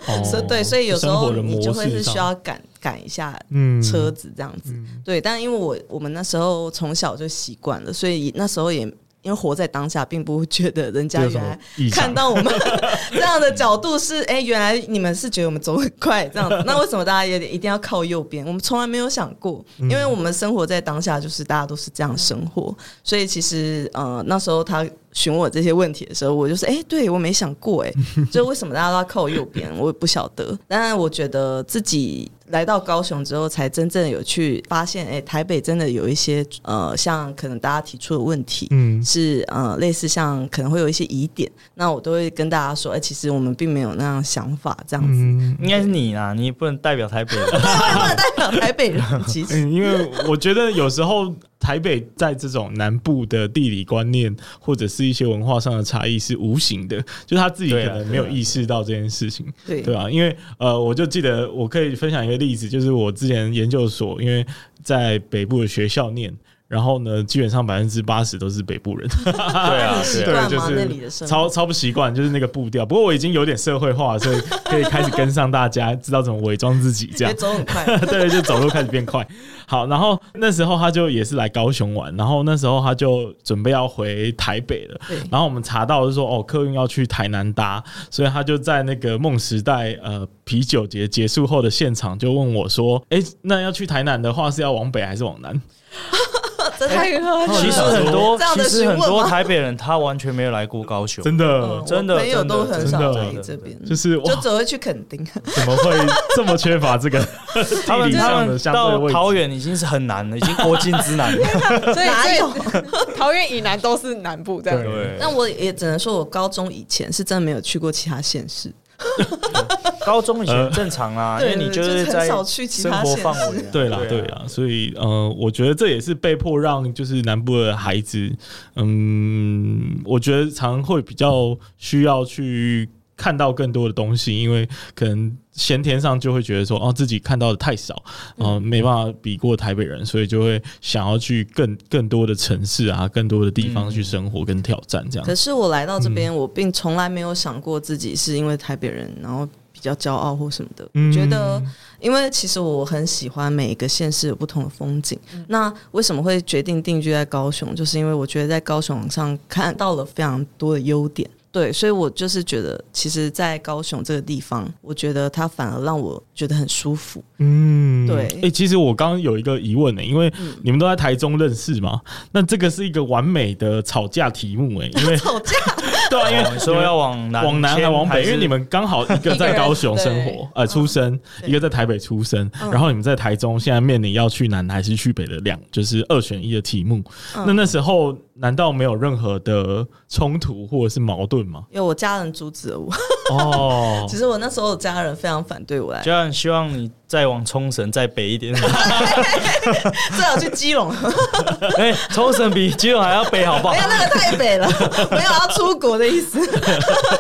Speaker 1: 哦
Speaker 4: 所以对，所以有时候
Speaker 1: 生活的模
Speaker 4: 你
Speaker 1: 式
Speaker 4: 就会是需
Speaker 1: 上
Speaker 4: 要赶赶一下
Speaker 1: 嗯
Speaker 4: 车子这样子。对，但因为我我们那时候从小就习惯了，所以那时候也。因为活在当下，并不觉得人家
Speaker 1: 这有
Speaker 4: 原
Speaker 1: 什么
Speaker 4: 来
Speaker 1: 异常
Speaker 4: 看到我们 这样的角度是，哎、原来你们是觉得我们走很快这 样子，那为什么大家也得一定要靠右边？我们从来没有想过，
Speaker 1: 嗯
Speaker 4: 因为我们生活在当下，就是大家都是这样生活，所以其实呃，那时候他询我这些问题的时候，我就是，哎、对我没想过、 哎，就是为什么大家都要靠右边，我也不晓得。当然，我觉得自己来到高雄之后，才真正有去发现，哎、台北真的有一些呃，像可能大家提出的问题，
Speaker 1: 嗯
Speaker 4: 是呃类似像可能会有一些疑点，那我都会跟大家说，哎、其实我们并没有那样想法，这样子。
Speaker 1: 嗯。
Speaker 3: 应该是你啦，你不能代表台北人。
Speaker 4: 不能代表台北人，其实
Speaker 1: 嗯，因为我觉得有时候台北在这种南部的地理观念或者是一些文化上的差异是无形的，就是他自己可
Speaker 3: 对啊
Speaker 1: 能没有意识到这件事情。
Speaker 4: 对
Speaker 1: 对啊，因为呃，我就记得我可以分享一个例子，就是我之前研究所，因为在北部的学校念，然后呢，基本上百分之八十都是北部人，
Speaker 3: 对啊，
Speaker 4: 习
Speaker 3: 对啊，
Speaker 4: 惯吗
Speaker 1: 对，就
Speaker 4: 那里的生
Speaker 1: 是
Speaker 4: 活
Speaker 1: 超超不习惯，就是那个步调。不过我已经有点社会化，所以可以开始跟上大家，知道怎么伪装自己 这
Speaker 4: 因
Speaker 1: 样
Speaker 4: 为。走很 快，
Speaker 1: 对，就走路开始变快。好，然后那时候他就也是来高雄玩，然后那时候他就准备要回台北了
Speaker 4: 对。
Speaker 1: 然后我们查到就说哦，客运要去台南搭，所以他就在那个梦时代呃啤酒节结束后的现场就问我说：“哎，那要去台南的话是要往北还是往南
Speaker 4: 哦真的太可
Speaker 1: 对
Speaker 3: 其实很多
Speaker 4: 这样，
Speaker 3: 其
Speaker 4: 的
Speaker 3: 实很
Speaker 4: 询问
Speaker 3: 多
Speaker 4: 吗
Speaker 3: 台北人他完全没有来过高雄？”，
Speaker 1: 呃真的
Speaker 4: 嗯，
Speaker 3: 真的
Speaker 4: 我朋友
Speaker 3: 真的
Speaker 4: 都很少
Speaker 1: 真
Speaker 4: 来
Speaker 1: 的
Speaker 4: 这边，
Speaker 1: 就是哇
Speaker 4: 就，只会去垦丁。
Speaker 1: 怎么会这么缺乏这个
Speaker 3: 他
Speaker 1: 地
Speaker 3: 们
Speaker 1: 理
Speaker 3: 他
Speaker 1: 上
Speaker 3: 们
Speaker 1: 的相对
Speaker 3: 到
Speaker 1: 位置？
Speaker 3: 桃园已经是很难了，已经国境之南了。
Speaker 2: 所以
Speaker 4: 哪有
Speaker 2: 所以 桃园以南都是南部这样。
Speaker 3: 对，
Speaker 4: 那我也只能说，我高中以前是真的没有去过其他县市，
Speaker 3: 高中以前正常啦，因
Speaker 4: 对
Speaker 3: 为你
Speaker 4: 就是
Speaker 3: 是
Speaker 4: 很
Speaker 3: 在
Speaker 4: 少去其
Speaker 3: 生
Speaker 4: 他
Speaker 3: 活
Speaker 4: 县
Speaker 3: 范
Speaker 4: 市
Speaker 3: 围啊。
Speaker 1: 对啦，对
Speaker 3: 啊
Speaker 1: 啦，所以呃，我觉得这也是被迫让就是南部的孩子，嗯，我觉得常会比较需要去看到更多的东西，因为可能先天上就会觉得说，哦，自己看到的太少，嗯、没办法比过台北人，所以就会想要去更更多的城市啊，更多的地方去生活跟挑战这样嗯
Speaker 4: 嗯可。是我来到这边，我并从来没有想过自己是因为台北人，然后比较骄傲或什么的。
Speaker 1: 嗯
Speaker 4: 我觉得，因为其实我很喜欢每一个县市有不同的风景。那为什么会决定定居在高雄？就是因为我觉得在高雄上看到了非常多的优点。对，所以我就是觉得，其实，在高雄这个地方，我觉得它反而让我觉得很舒服。
Speaker 1: 嗯
Speaker 4: 对嗯
Speaker 1: 哎、其实我刚刚有一个疑问呢、因为你们都在台中认识嘛，那这个是一个完美的吵架题目哎、因为
Speaker 4: 吵架，
Speaker 1: 对啊，因为
Speaker 3: 哦你说要往南
Speaker 1: 往南还
Speaker 3: 迁
Speaker 1: 往北，因为
Speaker 3: 是
Speaker 1: 你们刚好一个在高雄生 活，呃，出生，一个在台北出生，
Speaker 4: 嗯
Speaker 1: 然后你们在台中，现在面临要去南还是去北的两，就是二选一的题目。
Speaker 4: 嗯
Speaker 1: 那那时候难道没有任何的冲突或者是矛盾吗
Speaker 4: ？因为我家人阻止了我。
Speaker 1: 哦
Speaker 4: 其，实我那时候我家人非常反对我来，
Speaker 3: 就很希望你再往冲绳再北一 点，
Speaker 4: 最好去基隆。
Speaker 3: 哎，冲绳比基隆还要北，好不好
Speaker 4: 没？有那个太北了，没有要出国的意思。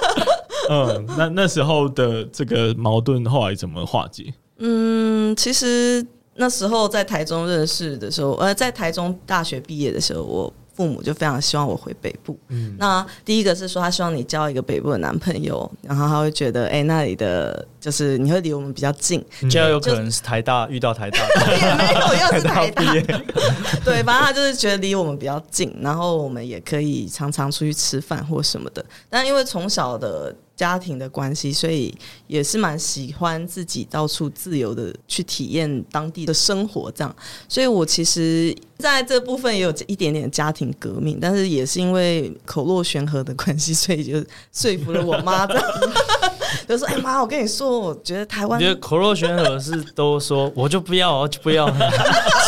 Speaker 1: 嗯，那那时候的这个矛盾后来怎么化解？
Speaker 4: 嗯，其实那时候在台中认识的时候，呃，在台中大学毕业的时候，我父母就非常希望我回北部。
Speaker 3: 嗯
Speaker 4: 那第一个是说，他希望你交一个北部的男朋友，然后他会觉得，哎、那里的就是你会离我们比较近，
Speaker 3: 就有可能是台大遇到台大的，
Speaker 4: 也没有要是 台大
Speaker 3: 毕，业
Speaker 4: 对，反正他就是觉得离我们比较近，然后我们也可以常常出去吃饭或什么的。但因为从小的家庭的关系，所以也是蛮喜欢自己到处自由的去体验当地的生活，这样。所以我其实在这部分也有一点点家庭革命，但是也是因为口若悬河的关系，所以就说服了我妈，这样 就说：“哎妈，我跟你说，我觉得台
Speaker 3: 我
Speaker 4: 湾
Speaker 3: 觉得口若悬河是都说我就不要，我就 不要，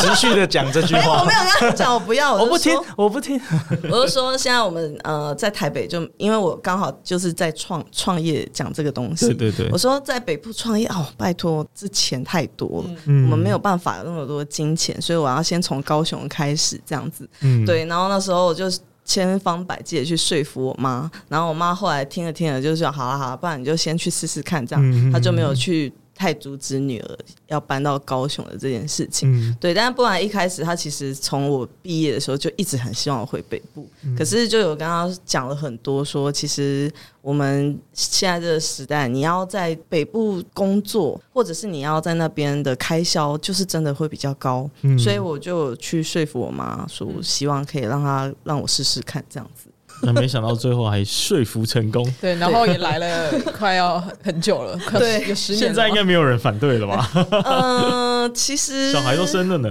Speaker 3: 持续的讲这句话
Speaker 4: 我没，有跟他讲我不要，
Speaker 3: 我不
Speaker 4: 就
Speaker 3: 听
Speaker 4: 说，
Speaker 3: 我不听，
Speaker 4: 我就说，现在我们呃在台北就，因为我刚好就是在创创业讲这个东西。
Speaker 1: 对对对
Speaker 4: 我，说在北部创业哦，拜托，这钱太多了，
Speaker 1: 嗯
Speaker 4: 我们没有办法有那么多金钱，所以我要先从高雄开始这样子。
Speaker 1: 嗯，
Speaker 4: 对，然后那时候我就千方百计的去说服我妈，然后我妈后来听了听了，就说好了好了，不然你就先去试试看，这样，
Speaker 1: 嗯嗯嗯
Speaker 4: 她就没有去太阻止女儿要搬到高雄的这件事情。
Speaker 1: 嗯，
Speaker 4: 对，但是不然一开始他其实从我毕业的时候就一直很希望我回北部，可是就有跟他讲了很多说，其实我们现在这个时代，你要在北部工作，或者是你要在那边的开销，就是真的会比较高，
Speaker 1: 嗯
Speaker 4: 所以我就有去说服我妈说，我希望可以让她让我试试看这样 子。
Speaker 1: 那没想到最后还说服成功。
Speaker 2: 对，然后也来了，快要很久 了，快
Speaker 4: 对
Speaker 2: 有十年
Speaker 1: 现
Speaker 2: 了
Speaker 1: 在应
Speaker 2: 吗
Speaker 1: 该没有人反对了吧？
Speaker 4: 嗯、其实
Speaker 1: 小孩都生了呢。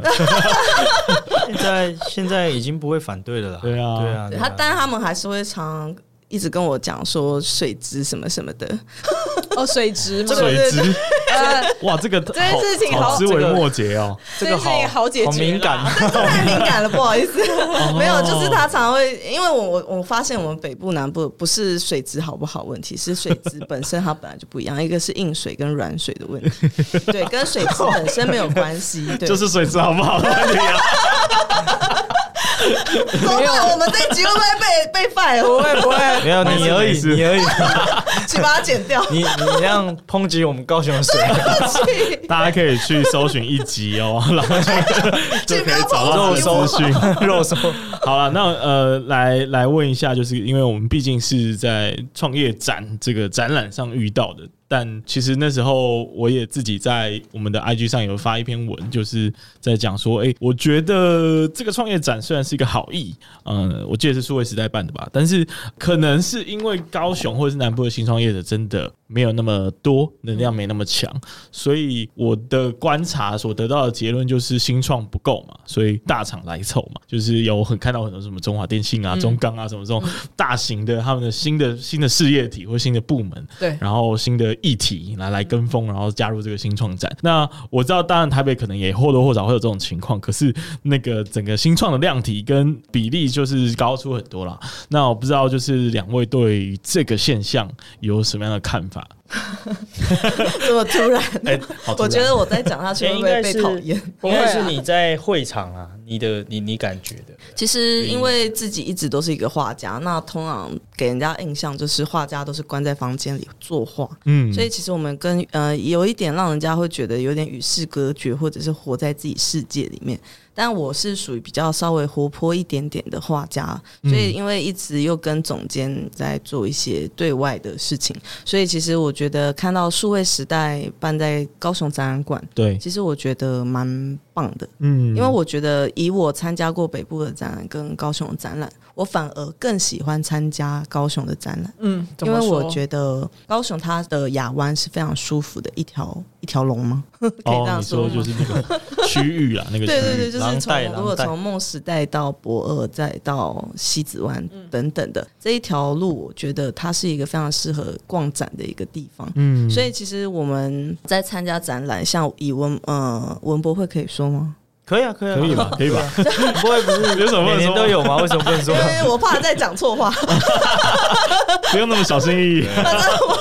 Speaker 3: 现在现在已经不会反对了啦，
Speaker 1: 对啊
Speaker 3: 对啊，
Speaker 4: 对
Speaker 3: 对啊
Speaker 4: 他，但是他们还是会常一直跟我讲说水质什么什么的，
Speaker 2: 哦，水质嘛，
Speaker 1: 水质，
Speaker 2: 呃
Speaker 1: 哇，这个
Speaker 2: 这件事情
Speaker 1: 好
Speaker 2: 好
Speaker 1: 枝微末节哦。
Speaker 2: 这件事情好解决
Speaker 3: 好
Speaker 2: 啦，
Speaker 3: 敏感，
Speaker 4: 太敏感了，不好意思。 没有，就是他常会，因为我我我发现我们北部南部不是水质好不好问题，是水质本身它本来就不一样，一个是硬水跟软水的问题，对，跟水质本身没有关系。对，
Speaker 1: 就是水质好不好的问题啊？
Speaker 4: 怎么办？我们这一集会不会被被 fire？我 会不会
Speaker 3: 没有你而
Speaker 1: 没
Speaker 3: 已，
Speaker 1: 事
Speaker 3: 你而已，
Speaker 4: 去把它剪掉？
Speaker 3: 你你这样抨击我们高雄水，
Speaker 1: 大家可以去搜寻一集哦，然后就就可以找到
Speaker 3: 肉
Speaker 1: 这个
Speaker 3: 收
Speaker 1: 资 讯。
Speaker 3: 肉收，
Speaker 1: 好了，那呃，来来问一下，就是因为我们毕竟是在创业展这个展览上遇到的，但其实那时候我也自己在我们的 IG 上有发一篇文，就是在讲说，哎、我觉得这个创业展虽然是一个好意，呃，我记得是数位时代办的吧，但是可能是因为高雄或者是南部的新创业者真的没有那么多，能量没那么强，所以我的观察所得到的结论就是新创不够嘛，所以大厂来凑嘛，就是有很看到很多什么中华电信
Speaker 4: 嗯
Speaker 1: 啊、中钢啊什么这种大型的他们的新的新的事业体或新的部门，
Speaker 2: 对
Speaker 1: 然后新的议题来来跟风，然后加入这个新创展。那我知道，当然台北可能也或多或少会有这种情况，可是那个整个新创的量体跟比例就是高出很多啦。那我不知道，就是两位对于这个现象有什么样的看法？
Speaker 4: 这么突然，
Speaker 1: 哎、好突
Speaker 4: 我
Speaker 1: 然
Speaker 4: 觉得我再讲下去会不会被讨厌？
Speaker 2: 不会啊
Speaker 3: 在会场啊，你的你你感觉的，
Speaker 4: 其实因为自己一直都是一个画家，那通常给人家印象就是画家都是关在房间里作画，
Speaker 1: 嗯
Speaker 4: 所以其实我们跟呃有一点让人家会觉得有点与世隔绝，或者是活在自己世界里面。但我是属于比较稍微活泼一点点的画家，
Speaker 1: 嗯
Speaker 4: 所以因为一直又跟总监在做一些对外的事情，所以其实我觉得看到数位时代办在高雄展览馆，
Speaker 1: 对，
Speaker 4: 其实我觉得蛮棒的。
Speaker 1: 嗯
Speaker 4: 因为我觉得以我参加过北部的展览跟高雄的展览，我反而更喜欢参加高雄的展览，
Speaker 2: 嗯，怎
Speaker 4: 因
Speaker 2: 么
Speaker 4: 为我
Speaker 2: 说
Speaker 4: 觉得高雄它的亚湾是非常舒服的一条一条龙吗？可以这
Speaker 1: 哦，
Speaker 4: 样
Speaker 1: 你
Speaker 4: 说
Speaker 1: 说
Speaker 4: 吗
Speaker 1: 就是那个区域啦，那个区域
Speaker 4: 对对对，就
Speaker 3: 狼
Speaker 4: 是
Speaker 3: 带
Speaker 4: 从如果
Speaker 3: 狼带
Speaker 4: 从梦时代到博二，再到西子湾等等的、这一条路，我觉得它是一个非常适合逛展的一个地方。
Speaker 1: 嗯
Speaker 4: 所以其实我们在参加展览，像以文呃文博会可以 说吗？
Speaker 3: 可以啊，可以啊，
Speaker 1: 可以吧，可以吧，
Speaker 3: 不会不是
Speaker 1: 有 什么不能
Speaker 3: 每年
Speaker 1: 说
Speaker 3: 都有吗？为什么不能
Speaker 4: 因
Speaker 3: 说？
Speaker 4: 为我怕再讲错话。
Speaker 1: 不用那么小心翼翼。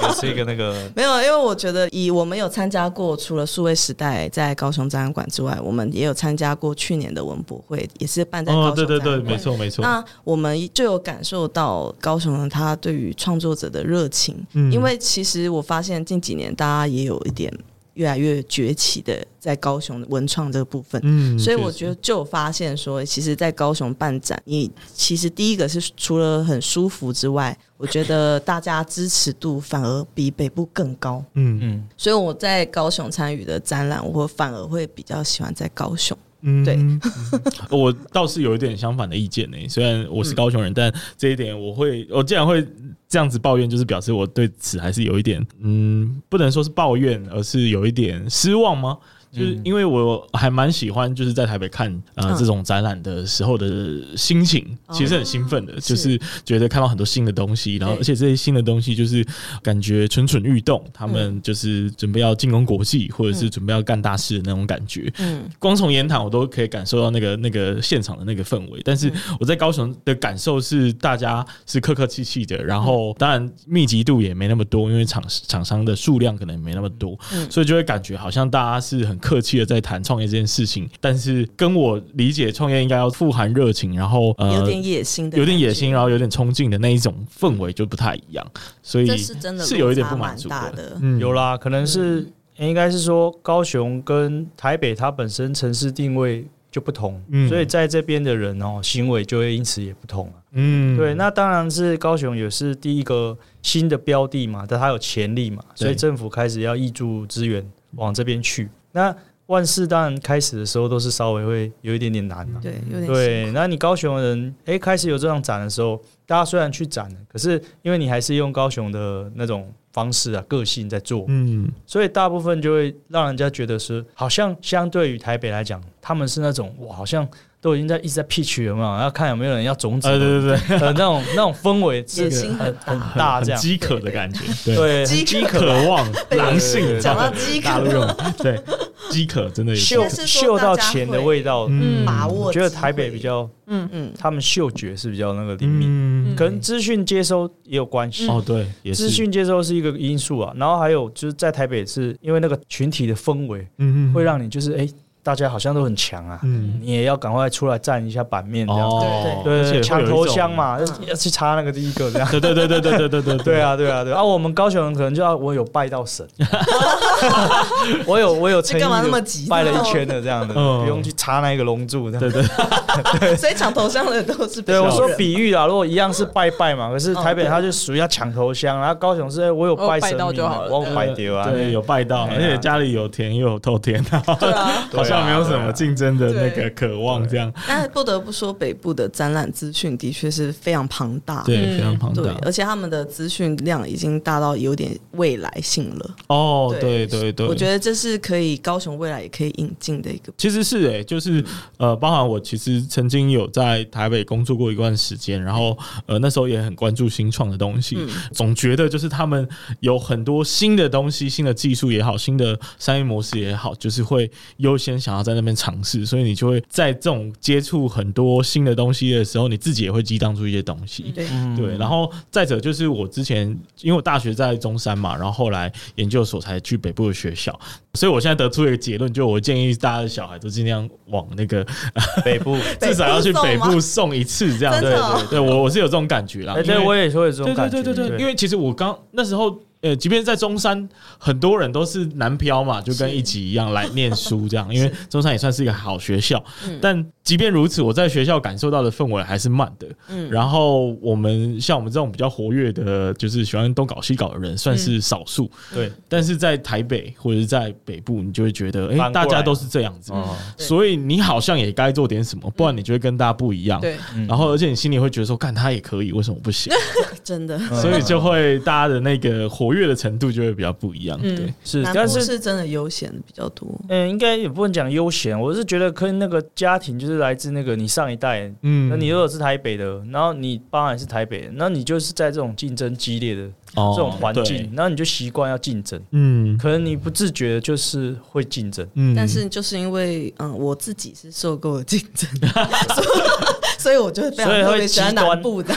Speaker 3: 也是一个那个
Speaker 4: 没有，因为我觉得以我们有参加过，除了数位时代在高雄展览馆之外，我们也有参加过去年的文博会，也是办在
Speaker 1: 哦
Speaker 4: 高，
Speaker 1: 对
Speaker 4: 雄
Speaker 1: 对
Speaker 4: 展
Speaker 1: 对，
Speaker 4: 览
Speaker 1: 没
Speaker 4: 馆。
Speaker 1: 错没错。
Speaker 4: 那我们就有感受到高雄人他对于创作者的热情，
Speaker 1: 嗯
Speaker 4: 因为其实我发现近几年大家也有一点。越来越崛起的在高雄文创这个部分。
Speaker 1: 嗯
Speaker 4: 所以我觉得就有发现说，其实，在高雄办展，你其实第一个是除了很舒服之外，我觉得大家支持度反而比北部更高。
Speaker 1: 嗯
Speaker 3: 嗯，
Speaker 4: 所以我在高雄参与的展览，我反而会比较喜欢在高雄。
Speaker 1: 嗯
Speaker 4: 对
Speaker 1: 嗯 我倒是有一点相反的意见呢、虽然我
Speaker 4: 嗯
Speaker 1: 是高雄人，但这一点我会，我竟然会这样子抱怨，就是表示我对此还是有一点，嗯，不能说是抱怨，而是有一点失望吗？就是因为我还蛮喜欢，就是在台北看呃
Speaker 4: 嗯哦
Speaker 1: 这种展览的时候的心情，其实很兴奋的，就是觉得看到很多新的东西，然后而且这些新的东西就是感觉蠢蠢欲动，他们就是准备要进攻国际，或者是准备要干大事的那种感觉。
Speaker 4: 嗯，
Speaker 1: 光从言谈我都可以感受到那个那个现场的那个氛围，但
Speaker 4: 嗯
Speaker 1: 是我在高雄的感受是大家是客客气气的，然
Speaker 4: 嗯
Speaker 1: 后当然密集度也没那么多，因为厂厂商的数量可能没那么多，
Speaker 4: 嗯
Speaker 1: 所以就会感觉好像大家是很客气的在谈创业这件事情，但是跟我理解创业应该要富含热情，然后呃
Speaker 4: 有点野心的，
Speaker 1: 有点野心，，然后有点冲劲的那一种氛围就不太一样，所以
Speaker 4: 这是真的
Speaker 1: 是有一点不满足
Speaker 4: 落差蛮大的
Speaker 1: 嗯
Speaker 3: 有啦，可能是、应该是说高雄跟台北它本身城市定位就不同，
Speaker 1: 嗯
Speaker 3: 所以在这边的人哦行为就会因此也不同啊。
Speaker 1: 嗯
Speaker 3: 对，那当然是高雄也是第一个新的标的嘛，但它有潜力嘛，
Speaker 1: 对
Speaker 3: 所以政府开始要挹注资源往这边去。那万事当然开始的时候都是稍微会有一点点难
Speaker 2: 嗯
Speaker 3: 啊。
Speaker 4: 对，有点辛
Speaker 3: 对，
Speaker 4: 苦
Speaker 3: 那你高雄的人，诶，开始有这样展的时候，大家虽然去展了，可是因为你还是用高雄的那种方式啊、个性在做，
Speaker 1: 嗯
Speaker 3: 所以大部分就会让人家觉得是，好像相对于台北来讲，他们是那种哇，好像都已经在一直在 pitch 了嘛，要看有没有人要种子
Speaker 1: 呃
Speaker 3: 了，
Speaker 1: 对对对。
Speaker 3: 呃，那种那种氛围
Speaker 4: 野
Speaker 3: 是
Speaker 4: 心
Speaker 3: 很
Speaker 4: 很
Speaker 3: 很
Speaker 4: 大
Speaker 3: 大
Speaker 1: 很
Speaker 3: 这样，
Speaker 1: 饥渴的感觉，对
Speaker 3: 对，
Speaker 4: 饥
Speaker 1: 饥渴望狼性，
Speaker 3: 讲
Speaker 4: 到饥渴
Speaker 1: 大陆用对饥渴真的有
Speaker 3: 嗅
Speaker 4: 应该是说
Speaker 3: 嗅到
Speaker 4: 大家
Speaker 3: 钱的
Speaker 4: 会
Speaker 3: 味道，
Speaker 1: 嗯
Speaker 4: 把
Speaker 3: 我
Speaker 4: 握机
Speaker 3: 觉
Speaker 4: 会。
Speaker 3: 得台北比较，
Speaker 4: 嗯，
Speaker 3: 他们嗅觉是比较那个灵敏，
Speaker 1: 嗯
Speaker 3: 可能资讯接收也有关系。
Speaker 1: 哦对，也是
Speaker 3: 嗯资讯接收是一个因素啊，然后还有就是在台北是因为那个群体的氛围
Speaker 1: 嗯
Speaker 3: 会让你就是哎、大家好像都很强啊，
Speaker 1: 嗯
Speaker 3: 你也要赶快出来占一下版面这样子。
Speaker 1: 哦
Speaker 3: 对对，
Speaker 1: 而
Speaker 3: 对
Speaker 1: 且会
Speaker 3: 抢
Speaker 1: 有一
Speaker 3: 头
Speaker 1: 种
Speaker 3: 香，嘛，要去插那个第一个这样。
Speaker 1: 对对对对对对对对
Speaker 3: 对，啊，对啊，对啊！啊我们高雄人可能就要我有拜到 神，我有我有诚意，
Speaker 4: 这干嘛那么急
Speaker 3: 拜了一圈的这样的，
Speaker 1: 嗯
Speaker 3: 不用去插那个龙柱这样。
Speaker 1: 对对
Speaker 4: 所以抢头像的都是
Speaker 3: 对，
Speaker 4: 北部
Speaker 3: 我说
Speaker 4: 人
Speaker 3: 比喻啦，如果一样是拜拜嘛，可是台北
Speaker 4: 嗯对哦
Speaker 3: 它就属于要抢头香，然后高雄是哎我有拜神
Speaker 2: 我有拜到就
Speaker 3: 明
Speaker 2: 好
Speaker 3: 啊，
Speaker 2: 了
Speaker 3: 我有拜丢啊，
Speaker 1: 对有拜到，
Speaker 3: 哎
Speaker 1: 而
Speaker 3: 呀
Speaker 1: 且家里有田又有透天，
Speaker 2: 对啊，
Speaker 3: 对啊
Speaker 1: 好像没有什么竞争的那
Speaker 2: 对
Speaker 1: 个渴望，这样
Speaker 4: 但不得不说，北部的展览资讯的确是非常庞大。
Speaker 3: 嗯
Speaker 1: 对非常庞
Speaker 4: 对
Speaker 1: 大，
Speaker 4: 而且他们的资讯量已经大到有点未来性了。
Speaker 1: 哦对
Speaker 4: 对
Speaker 1: 对对，
Speaker 4: 我觉得这是可以高雄未来也可以引进的一个。
Speaker 1: 其实是诶、就是呃，包含我其实曾经有在台北工作过一段时间，然后呃那时候也很关注新创的东西，总觉得就是他们有很多新的东西、新的技术也好、新的商业模式也好，就是会优先想要在那边尝试，所以你就会在这种接触很多新的东西的时候，你自己也会激荡出一些东西。
Speaker 4: 对，
Speaker 3: 嗯
Speaker 1: 对，然后再者就是我之前，因为我大学在中山嘛，然后后来研究所才去北部的学校，所以我现在得出一个结论，就我建议大家的小孩都尽量往那个
Speaker 3: 北部。
Speaker 1: 至少要去北
Speaker 4: 送
Speaker 1: 部
Speaker 4: 吗
Speaker 1: 送一次，这样
Speaker 4: 真
Speaker 1: 对
Speaker 4: 的哦
Speaker 1: 对对，我我是有这种感觉啦。
Speaker 3: 哎，
Speaker 1: 因
Speaker 3: 对，
Speaker 1: 为
Speaker 3: 我也会有这种
Speaker 1: 对
Speaker 3: 感觉。
Speaker 1: 对对对对，因为其实我刚那时候。呃，即便在中山，很多人都是南漂嘛，就跟一级一样来念书这 样，因为中山也算是一个好学校。
Speaker 3: 嗯
Speaker 1: 但即便如此，我在学校感受到的氛围还是慢的。
Speaker 3: 嗯
Speaker 1: 然后我们像我们这种比较活跃的，就是喜欢东搞西搞的人，算是少数。
Speaker 3: 对，
Speaker 1: 但是在台北或者是在北部，你就会觉得，哎、
Speaker 3: 翻过
Speaker 1: 大
Speaker 3: 来
Speaker 1: 家都是这样子，
Speaker 3: 哦
Speaker 4: 对
Speaker 1: 所以你好像也该做点什么，不然你就会跟大家不一样。
Speaker 2: 对，
Speaker 3: 嗯
Speaker 1: 然后，而且你心里会觉得说，干他也可以，为什么不行？
Speaker 4: 真的，
Speaker 3: 嗯
Speaker 1: 所以就会大家的那个活跃的程度就会比较不一样。
Speaker 2: 嗯
Speaker 1: 对，
Speaker 3: 是，
Speaker 4: 南
Speaker 3: 但
Speaker 4: 部
Speaker 3: 是
Speaker 4: 是真的悠闲比较多。
Speaker 3: 嗯，应该也不能讲悠闲，我是觉得跟那个家庭就是来自那个你上一代，
Speaker 1: 嗯
Speaker 3: 那你如果是台北的，然后你爸妈也是台北人，那你就是在这种竞争激烈的
Speaker 1: 哦
Speaker 3: 这种环
Speaker 1: 对
Speaker 3: 境，然后你就习惯要竞争，
Speaker 1: 嗯
Speaker 3: 可能你不自觉的就是会竞 争。
Speaker 1: 嗯
Speaker 4: 但是就是因为嗯，我自己是受够了竞争， 所以所以我就非常
Speaker 3: 所以会
Speaker 4: 特别喜欢
Speaker 3: 极端
Speaker 4: 南部的。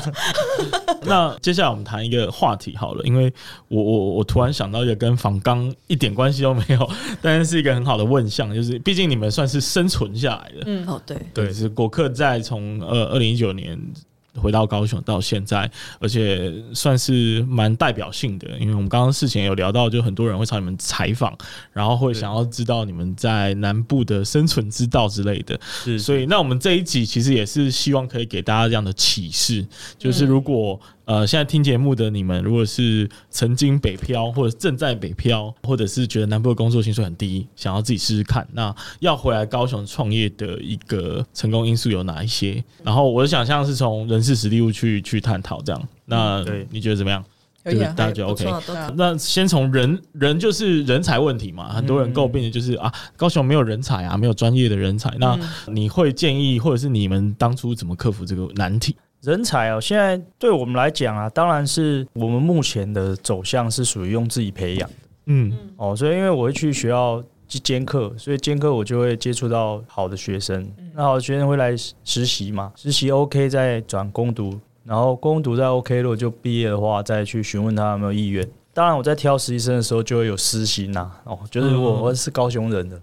Speaker 1: 那接下来我们谈一个话题好了，因为我我我突然想到一个跟仿钢一点关系都没有， 但是是一个很好的问项，就是毕竟你们算是生存下来的，
Speaker 4: 哦，对，
Speaker 1: 对，是果克在从呃二零一九年回到高雄到现在，而且算是蛮代表性的，因为我们刚刚事前有聊到，就很多人会找你们采访，然后会想要知道你们在南部的生存之道之类的。
Speaker 3: 是，
Speaker 1: 所以，那我们这一集其实也是希望可以给大家这样的启示，就是如果、呃现在听节目的你们，如果是曾经北漂或者正在北漂，或者是觉得南部的工作薪水很低，想要自己试试看，那要回来高雄创业的一个成功因素有哪一些？然后我的想象是从人事实力物去去探讨这样。那
Speaker 3: 对
Speaker 1: 你觉得怎么样？
Speaker 2: 可以啊
Speaker 1: 大家觉得
Speaker 4: 不
Speaker 1: OK？
Speaker 4: 错，都
Speaker 2: 对啊
Speaker 1: 那先从人人就是人才问题嘛，很多人诟病的就是、啊，高雄没有人才啊，没有专业的人才。
Speaker 2: 嗯
Speaker 1: 那你会建议，或者是你们当初怎么克服这个难题？
Speaker 3: 人才哦，现在对我们来讲啊，当然是我们目前的走向是属于用自己培养
Speaker 1: 嗯
Speaker 3: 哦，所以因为我会去学校去兼课，所以兼课我就会接触到好的学生，那好的学生会来实习嘛，实习 OK 再转攻读，然后攻读再 OK 如果就毕业的话，再去询问他有没有意愿。当然，我在挑实习生的时候就会有私心呐、哦，就是如果我是高雄人的，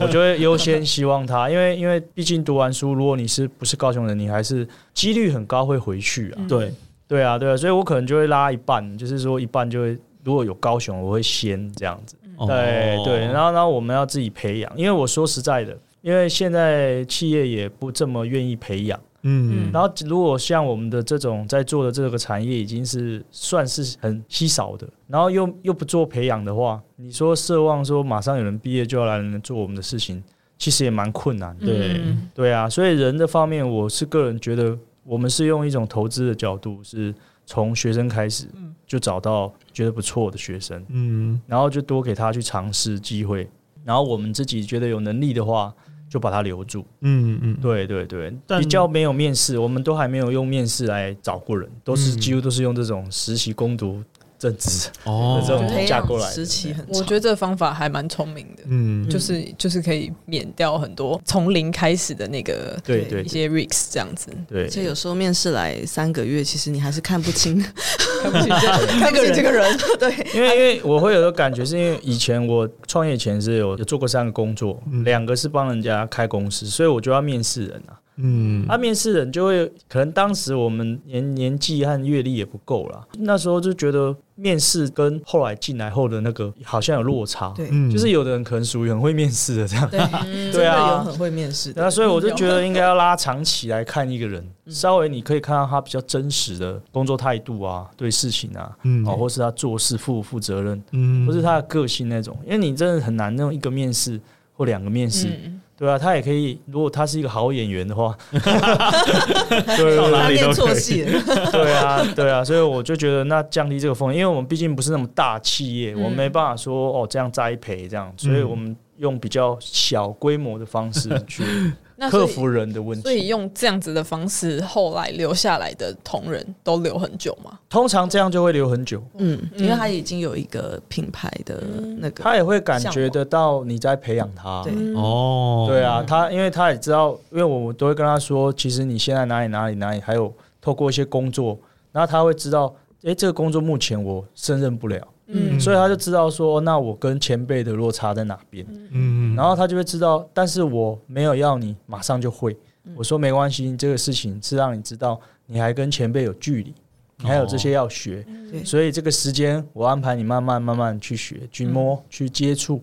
Speaker 3: 我就会优先希望他，因为因为毕竟读完书，如果你是不是高雄人，你还是几率很高会回去啊。
Speaker 1: 对，
Speaker 3: 对啊，对啊，所以我可能就会拉一半，就是说一半就会，如果有高雄，我会先这样子。
Speaker 1: 哦
Speaker 3: 对对，然后然后我们要自己培养，因为我说实在的，因为现在企业也不这么愿意培养。
Speaker 1: 嗯，
Speaker 3: 然后如果像我们的这种在做的这个产业，已经是算是很稀少的，然后又又不做培养的话，你说奢望说马上有人毕业就要来做我们的事情，其实也蛮困难的。
Speaker 1: 对
Speaker 2: 嗯
Speaker 3: 对啊，所以人的方面，我是个人觉得，我们是用一种投资的角度，是从学生开始就找到觉得不错的学生，
Speaker 1: 嗯
Speaker 3: 然后就多给他去尝试机会，然后我们自己觉得有能力的话，就把他留住。
Speaker 1: 嗯嗯，
Speaker 3: 对对对，
Speaker 1: 但
Speaker 3: 比较没有面试，我们都还没有用面试来找过人，都是
Speaker 1: 嗯
Speaker 3: 几乎都是用这种实习攻读正职。
Speaker 1: 哦
Speaker 3: 那这种
Speaker 4: 培
Speaker 3: 嗯嫁过来
Speaker 4: 养
Speaker 3: 的
Speaker 4: 时期很
Speaker 2: 我
Speaker 4: 长
Speaker 2: 觉得这个方法还蛮聪明的，
Speaker 1: 嗯
Speaker 2: 就是就是可以免掉很多从零开始的那个
Speaker 3: 对
Speaker 4: 对
Speaker 3: 对
Speaker 2: 一些 risks 这样子。
Speaker 3: 对
Speaker 4: 而且有时候面试来三个月，其实你还是看不清
Speaker 2: 看不起这看不起这个人，对，
Speaker 3: 因为因为我会有个感觉，是因为以前我创业前是有有做过三个工作，两个是帮人家开公司，所以我就要面试人啊。
Speaker 1: 嗯
Speaker 3: 啊，面试人就会可能当时我们年年纪和阅历也不够啦，那时候就觉得面试跟后来进来后的那个好像有落差。
Speaker 4: 对
Speaker 1: 嗯
Speaker 3: 就是有的人可能属于很会面试的这样，
Speaker 4: 对，
Speaker 2: 嗯
Speaker 4: 嗯真
Speaker 3: 对
Speaker 4: 的
Speaker 3: 啊
Speaker 4: 有很会面试的
Speaker 3: 那所以我就觉得应该要拉长期来看一个人，
Speaker 4: 嗯
Speaker 3: 稍微你可以看到他比较真实的工作态度啊，对事情啊，
Speaker 1: 嗯
Speaker 3: 哦，或是他做事负不负责任，
Speaker 1: 嗯
Speaker 3: 或是他的个性那种，因为你真的很难用一个面试或两个面试，
Speaker 2: 嗯，
Speaker 3: 对啊，他也可以，如果他是一个好演员的话，
Speaker 4: 到哪里
Speaker 1: 都可以
Speaker 4: 错戏了，
Speaker 3: 对啊，对啊，所以我就觉得那降低这个风险，因为我们毕竟不是那么大企业，我们没办法说哦这样栽培这样，所以我们用比较小规模的方式去
Speaker 2: 那所
Speaker 3: 克
Speaker 2: 以
Speaker 3: 服人的问
Speaker 2: 所以
Speaker 3: 题。
Speaker 2: 用这样子的方式，后来留下来的同仁都留很久嘛？
Speaker 3: 通常这样就会留很久，
Speaker 4: 嗯，因为他已经有一个品牌的那个，
Speaker 3: 他也会感觉得到你在培养他。
Speaker 4: 对
Speaker 2: 嗯
Speaker 1: 哦，
Speaker 3: 对啊，他因为他也知道，因为我都会跟他说，其实你现在哪里哪里哪里，还有透过一些工作，然后他会知道，诶，这个工作目前我胜任不了，
Speaker 2: 嗯
Speaker 3: 所以他就知道说，哦那我跟前辈的落差在哪边，
Speaker 1: 嗯，
Speaker 3: 然后他就会知道，但是我没有要你马上就会，
Speaker 4: 嗯
Speaker 3: 我说没关系，这个事情是让你知道你还跟前辈有距
Speaker 4: 哦
Speaker 3: 离，你还有这些要学，
Speaker 4: 对
Speaker 3: 所以这个时间我安排你慢慢慢慢去学、去摸、
Speaker 4: 嗯
Speaker 3: 去接触，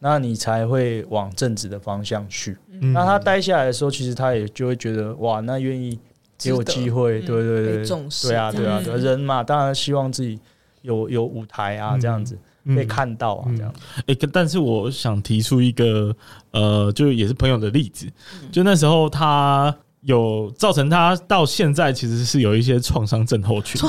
Speaker 3: 那你才会往正直的方向去。
Speaker 1: 嗯
Speaker 3: 那他待下来的时候，其实他也就会觉得哇，那愿意给我
Speaker 2: 值得
Speaker 3: 机会，对对
Speaker 4: 嗯被
Speaker 3: 对，
Speaker 4: 重视嗯
Speaker 3: 对啊
Speaker 4: 这
Speaker 3: 对啊对啊，人嘛，当然希望自己有有舞台
Speaker 4: 嗯
Speaker 3: 啊，这样子被看到啊，这 样
Speaker 1: 嗯诶，可但是我想提出一个呃，就也是朋友的例子，就那时候他有造成他到现在其实是有一些创伤症候群，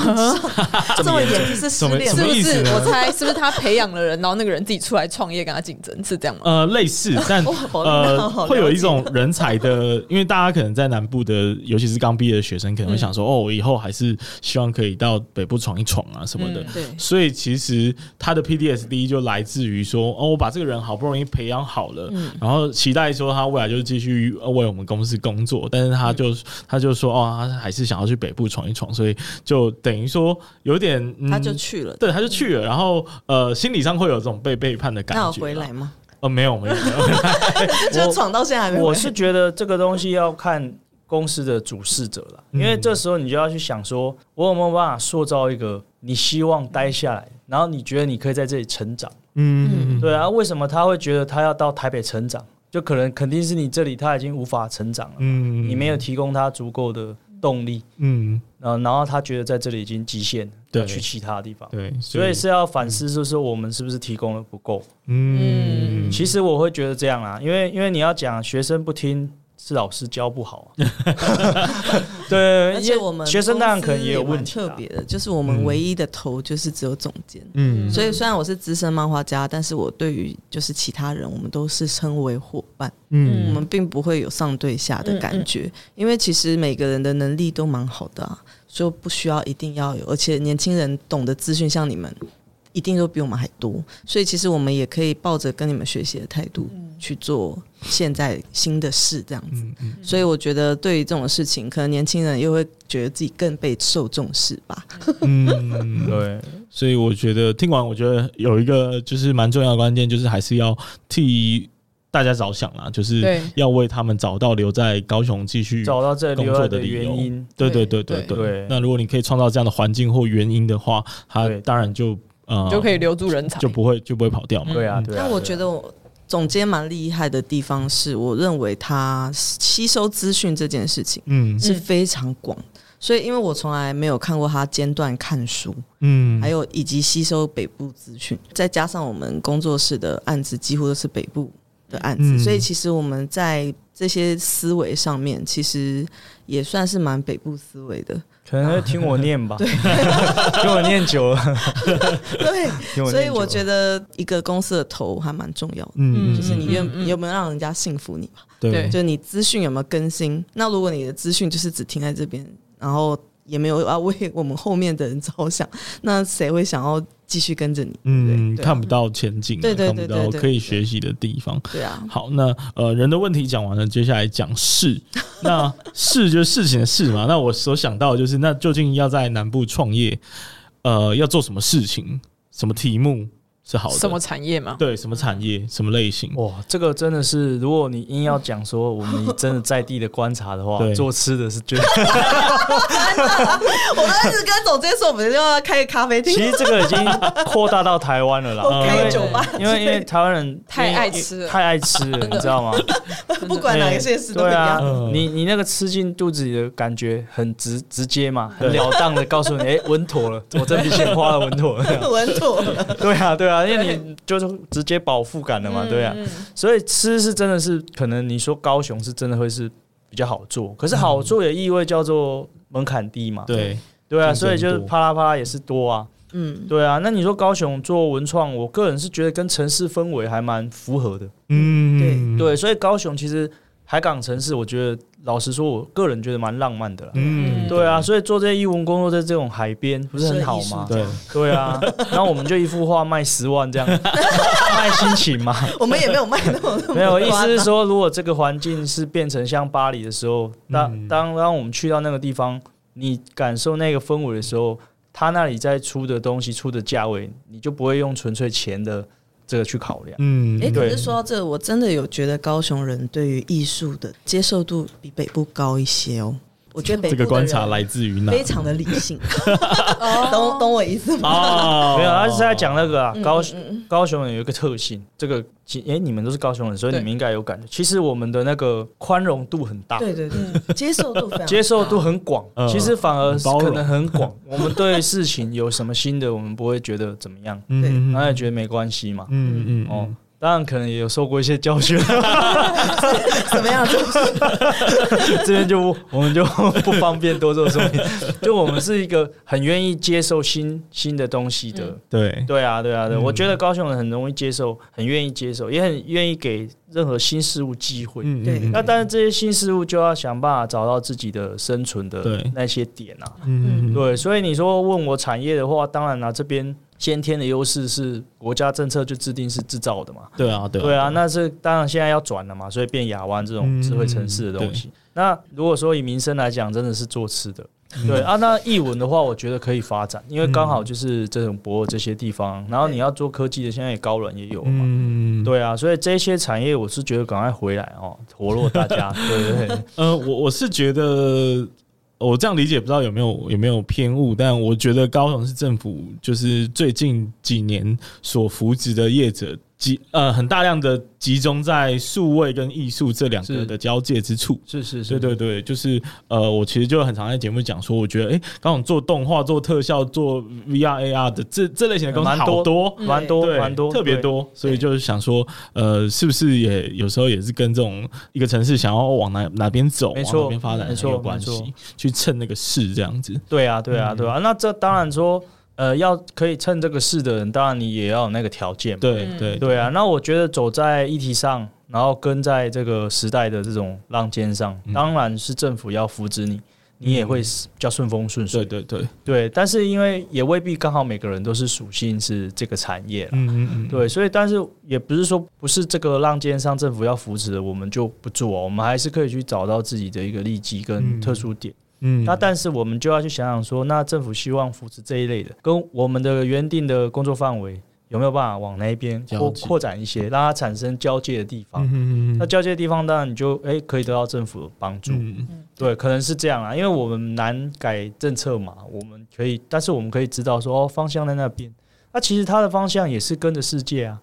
Speaker 4: 这么严重是失
Speaker 1: 什么
Speaker 4: 恋
Speaker 1: 什
Speaker 2: 是
Speaker 1: 么
Speaker 2: 不
Speaker 1: 意思啊
Speaker 2: 是？
Speaker 1: 呢
Speaker 2: 我猜是不是他培养了人，然后那个人自己出来创业跟他竞争，是这样吗？
Speaker 1: 呃，类 似，但
Speaker 4: 好那
Speaker 1: 呃，
Speaker 4: 好
Speaker 1: 会
Speaker 4: 了
Speaker 1: 有一
Speaker 4: 解
Speaker 1: 种人才的， 因为大家可能在南部的，尤其是刚毕业的学生，可能会
Speaker 4: 嗯
Speaker 1: 想说，哦，我以后还是希望可以到北部闯一闯啊什么的。
Speaker 4: 对
Speaker 1: 所以其实他的 PDSD 就来自于说，哦，我把这个人好不容易培养好了，
Speaker 4: 嗯
Speaker 1: 然后期待说他未来就继续呃为我们公司工作，但是
Speaker 4: 嗯
Speaker 1: 他就、他就说，哦，他还是想要去北部闯一闯，所以就等于说有点，嗯、
Speaker 4: 他就去了，
Speaker 1: 对，他就去了，然后呃，心理上会有这种被背叛的感觉。啊
Speaker 4: 那我回来？吗？
Speaker 3: 哦
Speaker 1: 呃，没有，没有，没有。
Speaker 4: 就闯到现在还没回来
Speaker 3: 我是觉得这个东西要看公司的主事者了，
Speaker 1: 嗯
Speaker 3: 因为这时候你就要去想说，我有没有办法塑造一个你希望待下来，然后你觉得你可以在这里成长。
Speaker 1: 嗯，
Speaker 3: 对啊，为什么他会觉得他要到台北成长？就可能肯定是你这里他已经无法成长了，
Speaker 1: 嗯
Speaker 3: 你没有提供他足够的动力，
Speaker 1: 嗯，
Speaker 3: 呃，然后他觉得在这里已经极限了，
Speaker 1: 对
Speaker 3: 要去其他地方。
Speaker 1: 对，
Speaker 3: 所以是要反思，就是我们是不是提供的不够？
Speaker 1: 嗯，
Speaker 3: 其实我会觉得这样啊，因为因为你要讲学生不听是老师教不好、 啊，对，
Speaker 4: 而
Speaker 3: 因
Speaker 4: 且
Speaker 3: 为
Speaker 4: 我们
Speaker 3: 学生当然可能也有
Speaker 4: 公司
Speaker 3: 问
Speaker 4: 蛮
Speaker 3: 题、
Speaker 4: 特
Speaker 3: 啊，
Speaker 4: 别的，就是我们唯一的头就是只有总监。
Speaker 1: 嗯
Speaker 4: 所以虽然我是资深漫画家，但是我对于就是其他人，我们都是称为伙伴，我
Speaker 1: 嗯
Speaker 4: 们并不会有上对下的感觉，因为其实每个人的能力都蛮好的啊，就不需要一定要有，而且年轻人懂得资讯像你们，一定都比我们还多，所以其实我们也可以抱着跟你们学习的态度去做现在新的事这样子。
Speaker 1: 嗯嗯
Speaker 4: 所以我觉得对于这种事情，可能年轻人又会觉得自己更备受重视吧。
Speaker 1: 嗯，
Speaker 3: 对，
Speaker 1: 所以我觉得听完，我觉得有一个就是蛮重要的关键，就是还是要替大家着想啦，就是
Speaker 2: 嗯对
Speaker 1: 要为他们找到留在高雄继续。
Speaker 3: 找到这里
Speaker 1: 工作的
Speaker 3: 的
Speaker 1: 理由
Speaker 3: 原因，
Speaker 1: 对对
Speaker 2: 对
Speaker 1: 对对
Speaker 2: 对
Speaker 1: 对
Speaker 3: 对。
Speaker 1: 那如果你可以创造这样的环境或原因的话，他
Speaker 3: 对
Speaker 1: 当然就呃
Speaker 2: 就可以留住人才。
Speaker 1: 就不会就不会跑掉嘛。
Speaker 3: 对啊，
Speaker 1: 嗯
Speaker 3: 对啊。
Speaker 4: 但我觉得我总监蛮厉害的地方是，我认为他吸收资讯这件事情
Speaker 1: 嗯
Speaker 4: 是非常广。所以，因为我从来没有看过他间断看书，
Speaker 1: 嗯，
Speaker 4: 还有以及吸收北部资讯，再加上我们工作室的案子几乎都是北部的案子，
Speaker 1: 嗯
Speaker 4: 所以其实我们在这些思维上面，其实也算是蛮北部思维的。
Speaker 3: 可能会听我念吧， 听我念久 了，
Speaker 4: 对，
Speaker 3: 听我念久了
Speaker 4: 所以我觉得一个公司的头还蛮重要的，
Speaker 1: 嗯，
Speaker 4: 就是你愿
Speaker 2: 嗯嗯嗯
Speaker 4: 你有没有让人家信服你嘛？
Speaker 1: 对
Speaker 2: 对
Speaker 4: 就是你资讯有没有更新？那如果你的资讯就是只停在这边，然后也没有要为我们后面的人着想， 那谁会想要继续跟着你？
Speaker 1: 嗯，
Speaker 4: 对
Speaker 1: 看不到前景啊，
Speaker 4: 对对
Speaker 1: 看
Speaker 4: 对
Speaker 1: 不
Speaker 4: 对
Speaker 1: 到
Speaker 4: 对
Speaker 1: 可以
Speaker 4: 对
Speaker 1: 学习的地方。
Speaker 4: 对啊，
Speaker 1: 好，那呃，人的问题讲完了，接下来讲事。 那事就是事情的事嘛。那我所想到的就是，那究竟要在南部创业，呃，要做什么事情，什么题目是好的？
Speaker 2: 什么产业嘛？
Speaker 1: 对什么产业，什么类型？
Speaker 3: 哇，这个真的是，如果你硬要讲说我们真的在地的观察的话
Speaker 1: 对，
Speaker 3: 做吃的 是最
Speaker 4: 我当时跟总监说，我们就要开个咖啡
Speaker 3: 其
Speaker 4: 厅，
Speaker 3: 实这个已经扩大到台湾了 啦，
Speaker 4: 开
Speaker 3: 因
Speaker 4: 个
Speaker 3: 为
Speaker 4: 酒吧，
Speaker 3: 因为因为台湾人
Speaker 2: 太爱吃了
Speaker 3: 太爱吃了，你知 道吗？
Speaker 4: 不管哪个县市都一
Speaker 3: 对啊
Speaker 4: 样。
Speaker 1: 嗯，
Speaker 3: 你你那个吃进肚子里的感觉很直直接嘛，
Speaker 1: 对
Speaker 3: 很了当的告诉你，哎，稳妥了， 我这笔钱花了稳妥了。
Speaker 4: 稳妥了，
Speaker 3: 对啊，对啊，因为你就是直接饱腹感了嘛，
Speaker 4: 嗯
Speaker 3: 对啊，
Speaker 2: 嗯
Speaker 3: 所以吃是真的是可能你说高雄是真的会是比较好做，可是好做也意味叫做门槛低嘛，
Speaker 1: 对，
Speaker 3: 对啊，
Speaker 1: 竞争
Speaker 3: 所以就是
Speaker 1: 多
Speaker 3: 啪啦啪啦也是多啊，
Speaker 4: 嗯，
Speaker 3: 对啊，那你说高雄做文创，我个人是觉得跟城市氛围还蛮符合的。
Speaker 1: 嗯，
Speaker 3: 对，所以高雄其实海港城市，我觉得老实说，我个人觉得蛮浪漫的啦。
Speaker 1: 嗯，
Speaker 3: 对啊，所以做这些义文工作在这种海边不是很好吗？
Speaker 4: 是艺术
Speaker 1: 对，
Speaker 3: 对啊，然后我们就一幅画卖十万这样， 卖心情嘛。
Speaker 4: 我们也没有卖那种，
Speaker 3: 没有，意思是说，如果这个环境是变成像巴黎的时候，
Speaker 1: 嗯
Speaker 3: 当当当我们去到那个地方，你感受那个氛围的时候，他那里在出的东西、出的价位，你就不会用纯粹钱的这个去考量。
Speaker 1: 嗯，
Speaker 4: 哎、可
Speaker 3: 对
Speaker 4: 是说到这个，我真的有觉得高雄人对于艺术的接受度比北部高一些哦。我觉得北
Speaker 1: 这
Speaker 4: 部
Speaker 1: 个观察
Speaker 4: 的人
Speaker 1: 来自于哪？
Speaker 4: 非常的理性，
Speaker 2: 哦
Speaker 4: 懂
Speaker 2: 嗯
Speaker 4: 懂我意思吗？
Speaker 1: 哦，
Speaker 3: 没有，他是在讲那个啊，高
Speaker 4: 嗯嗯
Speaker 3: 高雄人有一个特性，这个其哎、你们都是高雄人，所以你
Speaker 2: 对
Speaker 3: 们应该有感觉。其实我们的那个宽容度很大，
Speaker 4: 对对对，接受度非常
Speaker 3: 接受度很广
Speaker 1: 嗯，
Speaker 3: 其实反而
Speaker 1: 很包容
Speaker 3: 可能很 广。我们对事情有什么新的，我们不会觉得怎么样，
Speaker 1: 嗯，
Speaker 3: 然后也觉得没关系嘛。
Speaker 1: 嗯嗯
Speaker 3: 哦
Speaker 1: 哦，，
Speaker 3: 当然可能也有受过一些教 训，
Speaker 4: 怎么样？
Speaker 3: 这边就我们就 不方便多做说明。就我们是一个很愿意接受新新的东西的，
Speaker 1: 对，
Speaker 3: 对啊，对啊，对，
Speaker 1: 嗯
Speaker 3: 我觉得高雄人很容易接受，很愿意接受，也很愿意给任何新事物机会。
Speaker 1: 嗯
Speaker 4: 对
Speaker 3: 那但是这些新事物就要想办法找到自己的生存的
Speaker 1: 对
Speaker 3: 那些点啊，
Speaker 1: 嗯
Speaker 3: 对，所以你说问我产业的话，当然啦、这边先天的优势是国家政策就制定是制造的嘛，
Speaker 1: 对啊，对啊，嗯
Speaker 3: 对啊，那是当然现在要转了嘛，所以变亚湾这种智慧城市的东西。那如果说以民生来讲，真的是做吃的。
Speaker 1: 嗯
Speaker 3: 对啊，那译文的话，我觉得可以发展，因为刚好就是这种博尔这些地方，然后你要做科技的，现在也高软也有嘛，
Speaker 1: 嗯，
Speaker 3: 对啊，所以这些产业我是觉得赶快回来哦，活络大 家，对对对，
Speaker 1: 呃，我我是觉得，我这样理解不知道有没有有没有偏误，但我觉得高雄市政府就是最近几年所扶植的业者集呃很大量的集中在数位跟艺术这两个
Speaker 3: 是
Speaker 1: 的交界之处。
Speaker 3: 是是
Speaker 1: 对对对，就是呃，我其实就很常在节目讲说，我觉得哎，高雄做动画、做特效、做 VR、AR 的这这类型的公司
Speaker 3: 蛮
Speaker 1: 好
Speaker 3: 多
Speaker 1: 多，
Speaker 3: 蛮多
Speaker 1: 对
Speaker 3: 蛮多，
Speaker 1: 特别
Speaker 3: 对。
Speaker 1: 多，所以就是想说，呃，是不是也有时候也是跟这种一个城市想要往哪哪边走，
Speaker 3: 没
Speaker 1: 往
Speaker 3: 错
Speaker 1: 哪边发展
Speaker 3: 没
Speaker 1: 很
Speaker 3: 错
Speaker 1: 有关系
Speaker 3: 没错，
Speaker 1: 去蹭那个势这样子。
Speaker 3: 对啊，
Speaker 1: 嗯
Speaker 3: 对啊，对啊。那这当然说，呃，要可以趁这个事的人，当然你也要有那个条件嘛。
Speaker 1: 对
Speaker 2: 嗯
Speaker 1: 对
Speaker 3: 对啊，那我觉得走在议题上，然后跟在这个时代的这种浪尖上，
Speaker 1: 嗯
Speaker 3: 当然是政府要扶植你，你也会比较顺风顺水。
Speaker 1: 对对对，
Speaker 3: 对，但是因为也未必刚好每个人都是属性是这个产业啦。
Speaker 1: 嗯嗯嗯，
Speaker 3: 对，所以但是也不是说不是这个浪尖上政府要扶持的，我们就不做哦、我们还是可以去找到自己的一个利基跟
Speaker 1: 嗯
Speaker 3: 特殊点。
Speaker 1: 嗯，
Speaker 3: 那但是我们就要去想想说，那政府希望扶持这一类的，跟我们的原定的工作范围有没有办法往那一边扩
Speaker 1: 交集
Speaker 3: 扩展一些，让它产生交界的地方。
Speaker 1: 嗯嗯
Speaker 3: 那交界的地方，当然你就诶可以得到政府的帮助，
Speaker 1: 嗯嗯
Speaker 3: 对，可能是这样啊，因为我们难改政策嘛，我们可以，但是我们可以知道说哦，方向在那边，那其实它的方向也是跟着世界啊，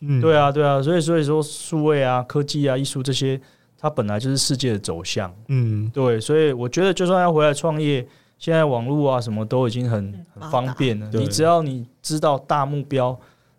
Speaker 1: 嗯
Speaker 3: 对
Speaker 1: 啊，
Speaker 3: 啊，对啊，所以所以说数位啊、科技啊、艺术这些，它本来就是世界的走向，
Speaker 1: 嗯
Speaker 3: 对，所以我觉得就算要回来创业，现在网络啊什么都已经
Speaker 4: 嗯
Speaker 3: 很很方便了。
Speaker 1: 对
Speaker 3: 你只要你知道大目标，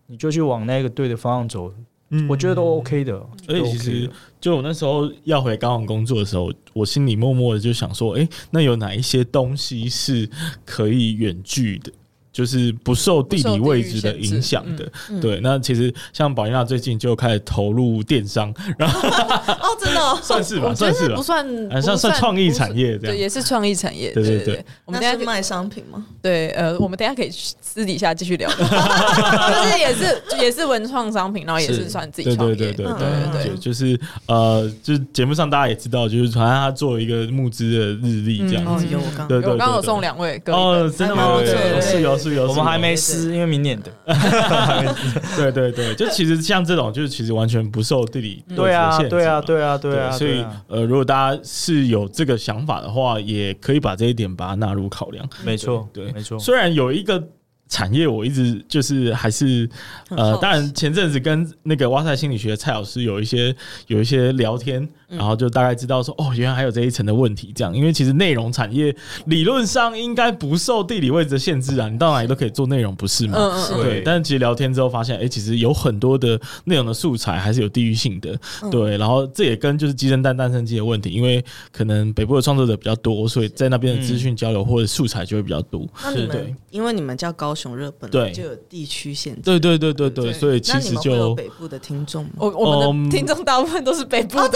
Speaker 3: 你就去往那个对的方向走，
Speaker 1: 嗯
Speaker 3: 我觉得都 OK 的。
Speaker 1: 而且其实就我那时候要回高雄工作的时候，我心里默默的就想说，诶，那有哪一些东西是可以远距的？就是不受地理位置的影响的，
Speaker 2: 嗯
Speaker 1: 对。那其实像宝丽娜最近就开始投入电商，
Speaker 4: 哦，真的、哦，
Speaker 1: 算是吧，
Speaker 2: 我觉
Speaker 1: 算
Speaker 2: 得
Speaker 1: 是
Speaker 2: 是
Speaker 1: 吧
Speaker 2: 不，算
Speaker 1: 啊，算
Speaker 2: 嗯不算
Speaker 1: 算创意
Speaker 2: 不是
Speaker 1: 产业这
Speaker 2: 对，
Speaker 1: 样。
Speaker 2: 也是创意产业。
Speaker 1: 对对
Speaker 2: 对
Speaker 1: 对
Speaker 2: 对，我
Speaker 4: 那
Speaker 2: 们等一
Speaker 4: 是
Speaker 2: 下可以
Speaker 4: 卖商品吗？
Speaker 2: 对呃，我们等一下可以私底下继续聊， 就是也是也是文创商品，然后也是
Speaker 3: 是
Speaker 2: 算自己
Speaker 1: 对
Speaker 2: 创
Speaker 1: 对
Speaker 2: 业。
Speaker 1: 对对
Speaker 4: 嗯
Speaker 1: 对
Speaker 4: 嗯嗯
Speaker 1: 对，就是呃，就是节目上大家也知道，就是反正他做一个募资的日历这样
Speaker 2: 嗯
Speaker 4: 哦
Speaker 1: 子，，
Speaker 4: 有我刚
Speaker 1: 对对对，
Speaker 2: 我刚刚有
Speaker 1: 对
Speaker 2: 送两位各一
Speaker 1: 哦，
Speaker 2: 本，
Speaker 1: 真的
Speaker 4: 还
Speaker 1: 吗？
Speaker 4: 蛮不错
Speaker 1: 对
Speaker 4: 的
Speaker 1: 是有是有，哦嗯
Speaker 3: 我
Speaker 1: 是
Speaker 3: 们
Speaker 1: 有
Speaker 3: 还没
Speaker 4: 对
Speaker 3: 撕，因为明年的。
Speaker 1: 对对对，就其实像这种，就是其实完全不受地理位置的
Speaker 3: 对啊，
Speaker 1: 限制
Speaker 3: 对啊，
Speaker 1: 嘛
Speaker 3: 对啊，对啊。
Speaker 1: 所
Speaker 3: 对
Speaker 1: 以
Speaker 3: 啊
Speaker 1: 呃，如果大家是有这个想法的话，也可以把这一点把它纳入考量。
Speaker 3: 没错，
Speaker 1: 对，
Speaker 3: 没错。
Speaker 1: 虽然有一个产业，我一直就是还是呃，
Speaker 3: 嗯
Speaker 4: 好奇
Speaker 1: 当然前阵子跟那个哇塞心理学蔡老师有一些有一些聊天，
Speaker 3: 嗯
Speaker 1: 然后就大概知道说哦，原来还有这一层的问题。这样，因为其实内容产业理论上应该不受地理位置的限制啊，你到哪里都可以做内容，不是吗？
Speaker 2: 嗯嗯
Speaker 4: 是
Speaker 2: 嗯，
Speaker 1: 对，
Speaker 3: 对
Speaker 1: 但其实聊天之后发现，哎、其实有很多的内容的素材还是有地域性的，
Speaker 3: 嗯
Speaker 1: 对。然后这也跟就是鸡生蛋，蛋生鸡的问题，因为可能北部的创作者比较多，所以在那边的资讯交
Speaker 3: 嗯
Speaker 1: 流或者素材就会比较多。
Speaker 4: 那你
Speaker 1: 对
Speaker 4: 们因为你们叫高雄热，本
Speaker 1: 对
Speaker 4: 来就有地区限制，
Speaker 1: 对对对对对，
Speaker 2: 对
Speaker 1: 所以
Speaker 4: 那
Speaker 1: 其
Speaker 4: 你
Speaker 1: 实
Speaker 4: 们会有
Speaker 1: 就
Speaker 4: 北部的听众吗？
Speaker 2: 我我们
Speaker 1: 嗯哦
Speaker 2: 的听众大部分都是北部的，
Speaker 1: 不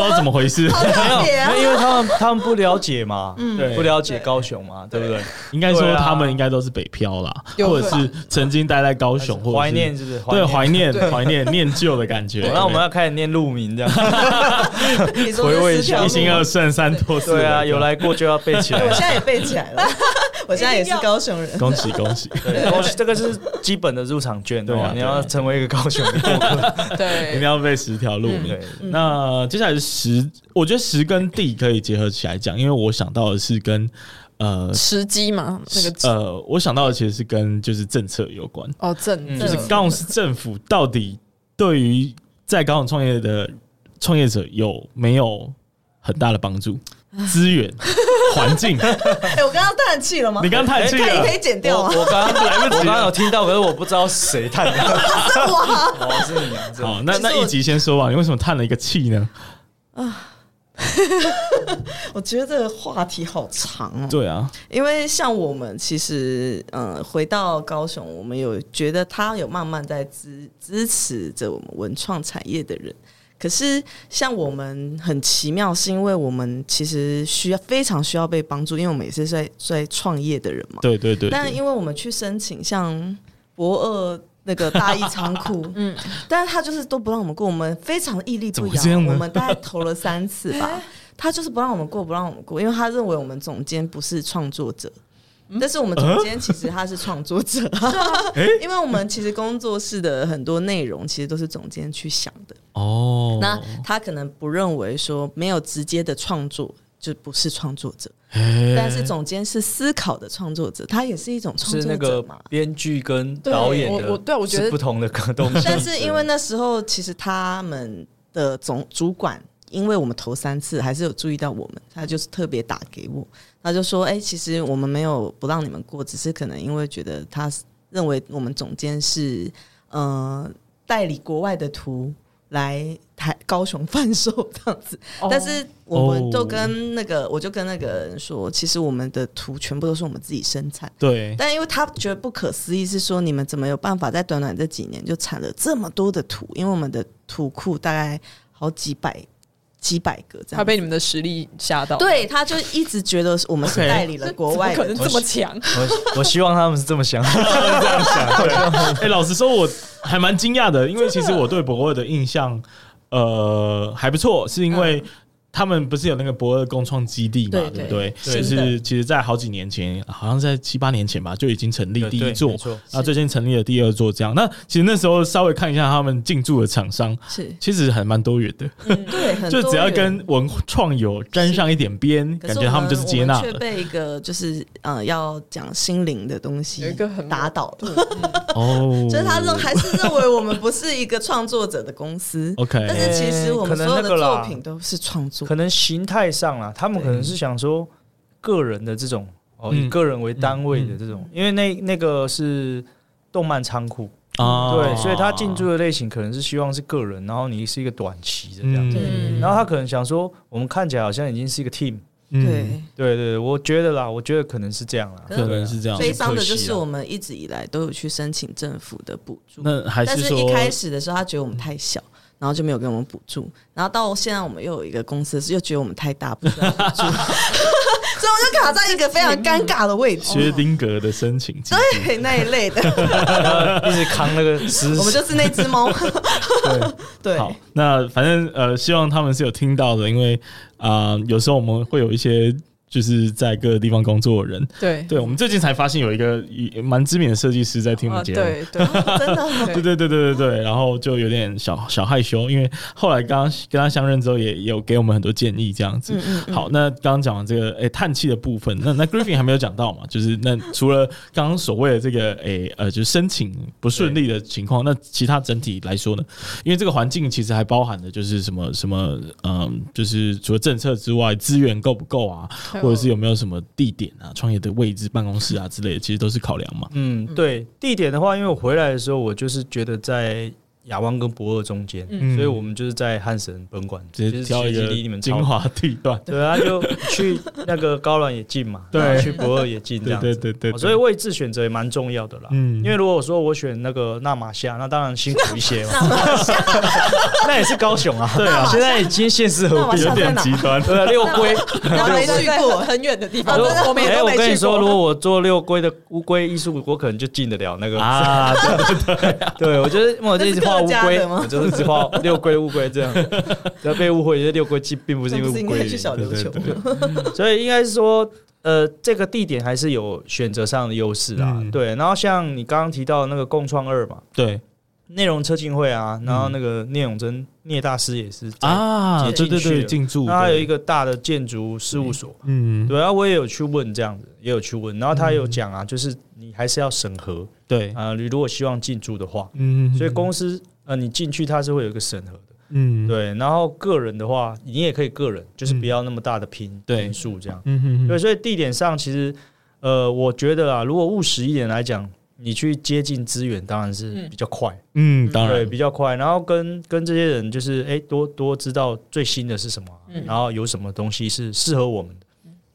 Speaker 1: 知道怎么回 事，
Speaker 4: 特别啊
Speaker 3: 没有，因为他们他们不了解嘛，
Speaker 4: 嗯
Speaker 1: 对
Speaker 3: 不了解高雄嘛，对不对？
Speaker 1: 应该说
Speaker 3: 对啊
Speaker 1: 他们应该都是北漂啦，
Speaker 2: 有
Speaker 1: 或者
Speaker 2: 可
Speaker 1: 是曾经待在高雄，或者是
Speaker 3: 怀念。是不是？
Speaker 1: 对，怀念
Speaker 2: 对
Speaker 1: 怀念念旧的感觉。
Speaker 3: 哦。 那我们要开始念路名这样。
Speaker 4: 你说
Speaker 3: 回味一
Speaker 4: 是四
Speaker 3: 下
Speaker 1: 一
Speaker 4: 条路
Speaker 1: 心
Speaker 4: 吗
Speaker 1: 二圣三多四。
Speaker 3: 对啊，有来过就要背起 来
Speaker 4: 对。我现在也背起 来了，我现在也是高雄人。
Speaker 1: 恭喜恭喜！
Speaker 3: 对，恭喜这个是基本的入场券，对
Speaker 1: 对啊
Speaker 3: 啊吧？你要
Speaker 1: 对啊
Speaker 3: 成为一个高雄的顾客，
Speaker 1: 一
Speaker 2: 对
Speaker 1: 定，要背十条路名。
Speaker 3: 对，
Speaker 4: 嗯
Speaker 1: 那接下来是时，我觉得时跟地可以结合起来讲，因为我想到的是跟呃
Speaker 2: 时机嘛，那个
Speaker 1: 呃，我想到的其实是跟就是政策有关，
Speaker 2: 哦正
Speaker 3: 嗯
Speaker 1: 就是
Speaker 2: 正
Speaker 1: 高雄市政府到底对于在高雄创业的创业者有没有很大的帮 助？资源、环境，
Speaker 4: 哎，我刚刚叹气了吗？
Speaker 1: 你刚刚叹气
Speaker 4: 看你可以
Speaker 1: 了，
Speaker 4: 剪掉
Speaker 3: 我
Speaker 4: 啊！
Speaker 3: 我刚刚来不及，我刚刚有听到，可是我不知道是谁探的。 哦，是你啊，是你
Speaker 1: 好，那那一集先说吧，你为什么叹了一个气 呢？
Speaker 4: 我觉得这个话题好长哦。
Speaker 1: 对啊，
Speaker 4: 因为像我们其实，嗯、回到高雄，我们有觉得他有慢慢在支支持着我们文创产业的人。可是像我们很奇妙，是因为我们其实需要非常需要被帮助，因为我们也是在在创业的人嘛。
Speaker 1: 对对对，
Speaker 4: 但因为我们去申请像博二那个大一仓库，嗯，但是他就是都不让我们过，我们非常屹立不
Speaker 1: 怎么会这样
Speaker 4: 摇，
Speaker 1: 呢
Speaker 4: 我们大概投了三次吧，他就是不让我们过，不让我们过，因为他认为我们总监不是创作者。但是我们总监其实他是创作者， 因为我们其实工作室的很多内容其实都是总监去想的。
Speaker 1: 哦，
Speaker 4: 那他可能不认为说没有直接的创作就不是创作者，
Speaker 1: 哎
Speaker 4: 但是总监是思考的创作者，他也是一种创
Speaker 3: 嗯是
Speaker 4: 作
Speaker 3: 那
Speaker 4: 者
Speaker 3: 个
Speaker 4: 嘛。
Speaker 3: 编剧跟导演的，
Speaker 2: 我我对我觉得
Speaker 3: 是不同的个东西。
Speaker 4: 但是因为那时候其实他们的总主管，因为我们头三次还是有注意到我们，他就是特别打给我，他就说：“哎、其实我们没有不让你们过，只是可能因为觉得他是认为我们总监是呃代理国外的图来台高雄贩售这样子。”
Speaker 2: 哦
Speaker 3: 哦
Speaker 4: 但是我们就跟那个，我就跟那个人说，其实我们的图全部都是我们自己生产。
Speaker 1: 对，
Speaker 4: 但因为他觉得不可思议，是说你们怎么有办法在短短这几年就产了这么多的图？因为我们的图库大概好几百、几百个这
Speaker 2: 他
Speaker 4: 样。
Speaker 2: 被你们的实力吓到，，
Speaker 4: 对，他就一直觉得我们是
Speaker 1: OK
Speaker 4: 代理 了国外
Speaker 2: 可
Speaker 4: 的
Speaker 2: 能
Speaker 1: 哦
Speaker 2: 这么强，
Speaker 3: 我我希望他们是这 么想，
Speaker 1: 哎，老实说，我还蛮惊讶的，因为其实我对博尔的印象，呃，还不错，是因为。他们不是有那个博尔共创基地嘛，
Speaker 4: 嗯对
Speaker 1: 对不
Speaker 4: 对
Speaker 1: 对？就
Speaker 3: 对
Speaker 1: 是其实，在好几年前，好像在七八年前吧，就已经成立第一
Speaker 3: 对
Speaker 1: 座
Speaker 3: 没，错
Speaker 1: 啊，最近成立了第二座，这样。那其实那时候稍微看一下他们进驻的厂商，
Speaker 4: 是
Speaker 1: 其实还蛮多元的，
Speaker 4: 对，很
Speaker 1: 就只要
Speaker 4: 多人
Speaker 1: 跟文创有沾上一点边，
Speaker 4: 可
Speaker 1: 感觉他们就是接纳
Speaker 4: 我们却
Speaker 1: 的。
Speaker 4: 被一个就是呃要讲心灵的东西
Speaker 2: 有一个很
Speaker 4: 打倒，
Speaker 1: 哦，，
Speaker 4: 就是他认还是认为我们不是一个创作者的公司
Speaker 1: OK，
Speaker 4: 但是其实我们
Speaker 3: 可能
Speaker 4: 所有
Speaker 3: 那
Speaker 4: 的
Speaker 3: 个啦
Speaker 4: 作品都是创作
Speaker 3: 可。能形态上啦，他们可能是想说个人的这种哦，
Speaker 1: 嗯
Speaker 3: 以个人为单位的这种，因为那那个是动漫仓库，
Speaker 1: 啊
Speaker 3: 对，所以他进驻的类型可能是希望是个人，然后你是一个短期的这样。
Speaker 1: 嗯
Speaker 4: 对
Speaker 3: 然后他可能想说，我们看起来好像已经是一个 team，
Speaker 1: 嗯
Speaker 4: 对，
Speaker 3: 对对对，我觉得啦，我觉得可能是这样啦，
Speaker 1: 可能是这样。
Speaker 4: 悲伤的就
Speaker 3: 可惜
Speaker 4: 是
Speaker 3: 啊
Speaker 4: 我们一直以来都有去申请政府的补助，
Speaker 1: 那还
Speaker 4: 但是
Speaker 1: 说
Speaker 4: 一开始的时候他觉得我们太小，然后就没有给我们补助，然后到现在我们又有一个公司是又觉得我们太大，不知道补助，所以我就卡在一个非常尴尬 的位置。
Speaker 1: 薛丁格的申请基金，
Speaker 4: 对那一类的，
Speaker 3: 一直扛那个十
Speaker 4: 我们就是那只猫。对，
Speaker 1: 好，那反正呃，希望他们是有听到的，因为啊、呃有时候我们会有一些就是在各个地方工作的人，
Speaker 2: 对
Speaker 1: 对我们最近才发现有一个也蛮知名的设计师在听我
Speaker 4: 哦
Speaker 2: 啊，
Speaker 1: 们节目，
Speaker 2: 对对，
Speaker 4: 真的
Speaker 1: 对对对对对对，然后就有点小小害羞，因为后来刚刚跟他相认之后，也有给我们很多建议这样子。好，那刚刚讲完这个诶、叹气的部分，那那 Griffin 还没有讲到嘛？就是那除了刚刚所谓的这个诶、呃，就是申请不顺利的情况，那其他整体来说呢？因为这个环境其实还包含的就是什么什么嗯、就是除了政策之外，资源够不够啊，
Speaker 2: 还有
Speaker 1: 或者是有没有什么地点啊、创业的位置、办公室啊之类的，其实都是考量嘛。
Speaker 3: 嗯，对，地点的话，因为我回来的时候，我就是觉得在亚湾跟博尔中间，
Speaker 1: 嗯
Speaker 3: 所以我们就是在汉神本馆，
Speaker 1: 直
Speaker 3: 就
Speaker 1: 接
Speaker 3: 是
Speaker 1: 挑一
Speaker 3: 其实
Speaker 1: 个
Speaker 3: 离你们超
Speaker 1: 精华地段。
Speaker 3: 对啊，就去那个高卵也近 嘛，
Speaker 1: 对
Speaker 3: 然后去博尔也近这
Speaker 1: 对
Speaker 3: 样子，
Speaker 1: 对对对，对
Speaker 3: 哦所以位置选择也蛮重要的啦。
Speaker 1: 嗯
Speaker 3: 因为如果说我选那个纳马夏，那当然辛苦一 些嘛， 那也是高雄啊，对啊，现在已经县市合
Speaker 4: 纳马
Speaker 3: 并，
Speaker 4: 夏
Speaker 1: 有点极端。
Speaker 3: 对啊，六龟，
Speaker 2: 然后没去
Speaker 4: 对
Speaker 2: 过很远的地方，
Speaker 1: 哦
Speaker 3: 如
Speaker 2: 我们也
Speaker 3: 哎
Speaker 2: 都
Speaker 3: 我跟
Speaker 2: 没
Speaker 3: 你
Speaker 2: 去
Speaker 3: 说，
Speaker 2: 过
Speaker 3: 如。果我做六龟的乌龟艺术，我可能就进得了那个
Speaker 1: 啊，
Speaker 3: 对，我就是我就一直画乌
Speaker 4: 那是客
Speaker 3: 龟
Speaker 4: 家，的吗
Speaker 3: 我就是一直画六龟乌龟这 样，只要被误会，就是六龟鸡并不是因为
Speaker 4: 那不
Speaker 3: 乌
Speaker 4: 是应
Speaker 3: 龟
Speaker 4: 该，去小
Speaker 1: 对
Speaker 4: 琉
Speaker 1: 对
Speaker 4: 球？
Speaker 1: 对对
Speaker 3: 所以应该是说，呃，这个地点还是有选择上的优势啊。
Speaker 1: 嗯
Speaker 3: 对，然后像你刚刚提到那个共创二嘛，
Speaker 1: 对
Speaker 3: 内容车进会啊，然后那个聂永贞聂大师也是 在，
Speaker 1: 啊，
Speaker 3: 也
Speaker 1: 对对
Speaker 3: 进去
Speaker 1: 对，
Speaker 3: 了
Speaker 1: 进驻，
Speaker 3: 那他有
Speaker 1: 对
Speaker 3: 一个大的建筑事务所。
Speaker 1: 嗯，
Speaker 3: 对啊，我也有去问这样子，也有去问，然后他有讲啊，就是你还是要审核
Speaker 1: 对，
Speaker 3: 啊、你如果希望进驻的话，
Speaker 1: 嗯，
Speaker 3: 所以公司呃，你进去它是会有一个审核的。
Speaker 1: 嗯，
Speaker 3: 对，然后个人的话，你也可以个人，就是不要那么大的拼
Speaker 1: 对
Speaker 3: 人数这样。
Speaker 1: 嗯哼
Speaker 3: 对，
Speaker 1: 哼，
Speaker 3: 所以地点上其实，呃，我觉得啊，如果务实一点来讲，你去接近资源当然是
Speaker 2: 嗯
Speaker 3: 比较快，
Speaker 1: 嗯，当
Speaker 3: 对，
Speaker 1: 然，
Speaker 3: 比较快。然后跟跟这些人就是，哎、多多知道最新的是什么啊、然后有什么东西是适合我们的。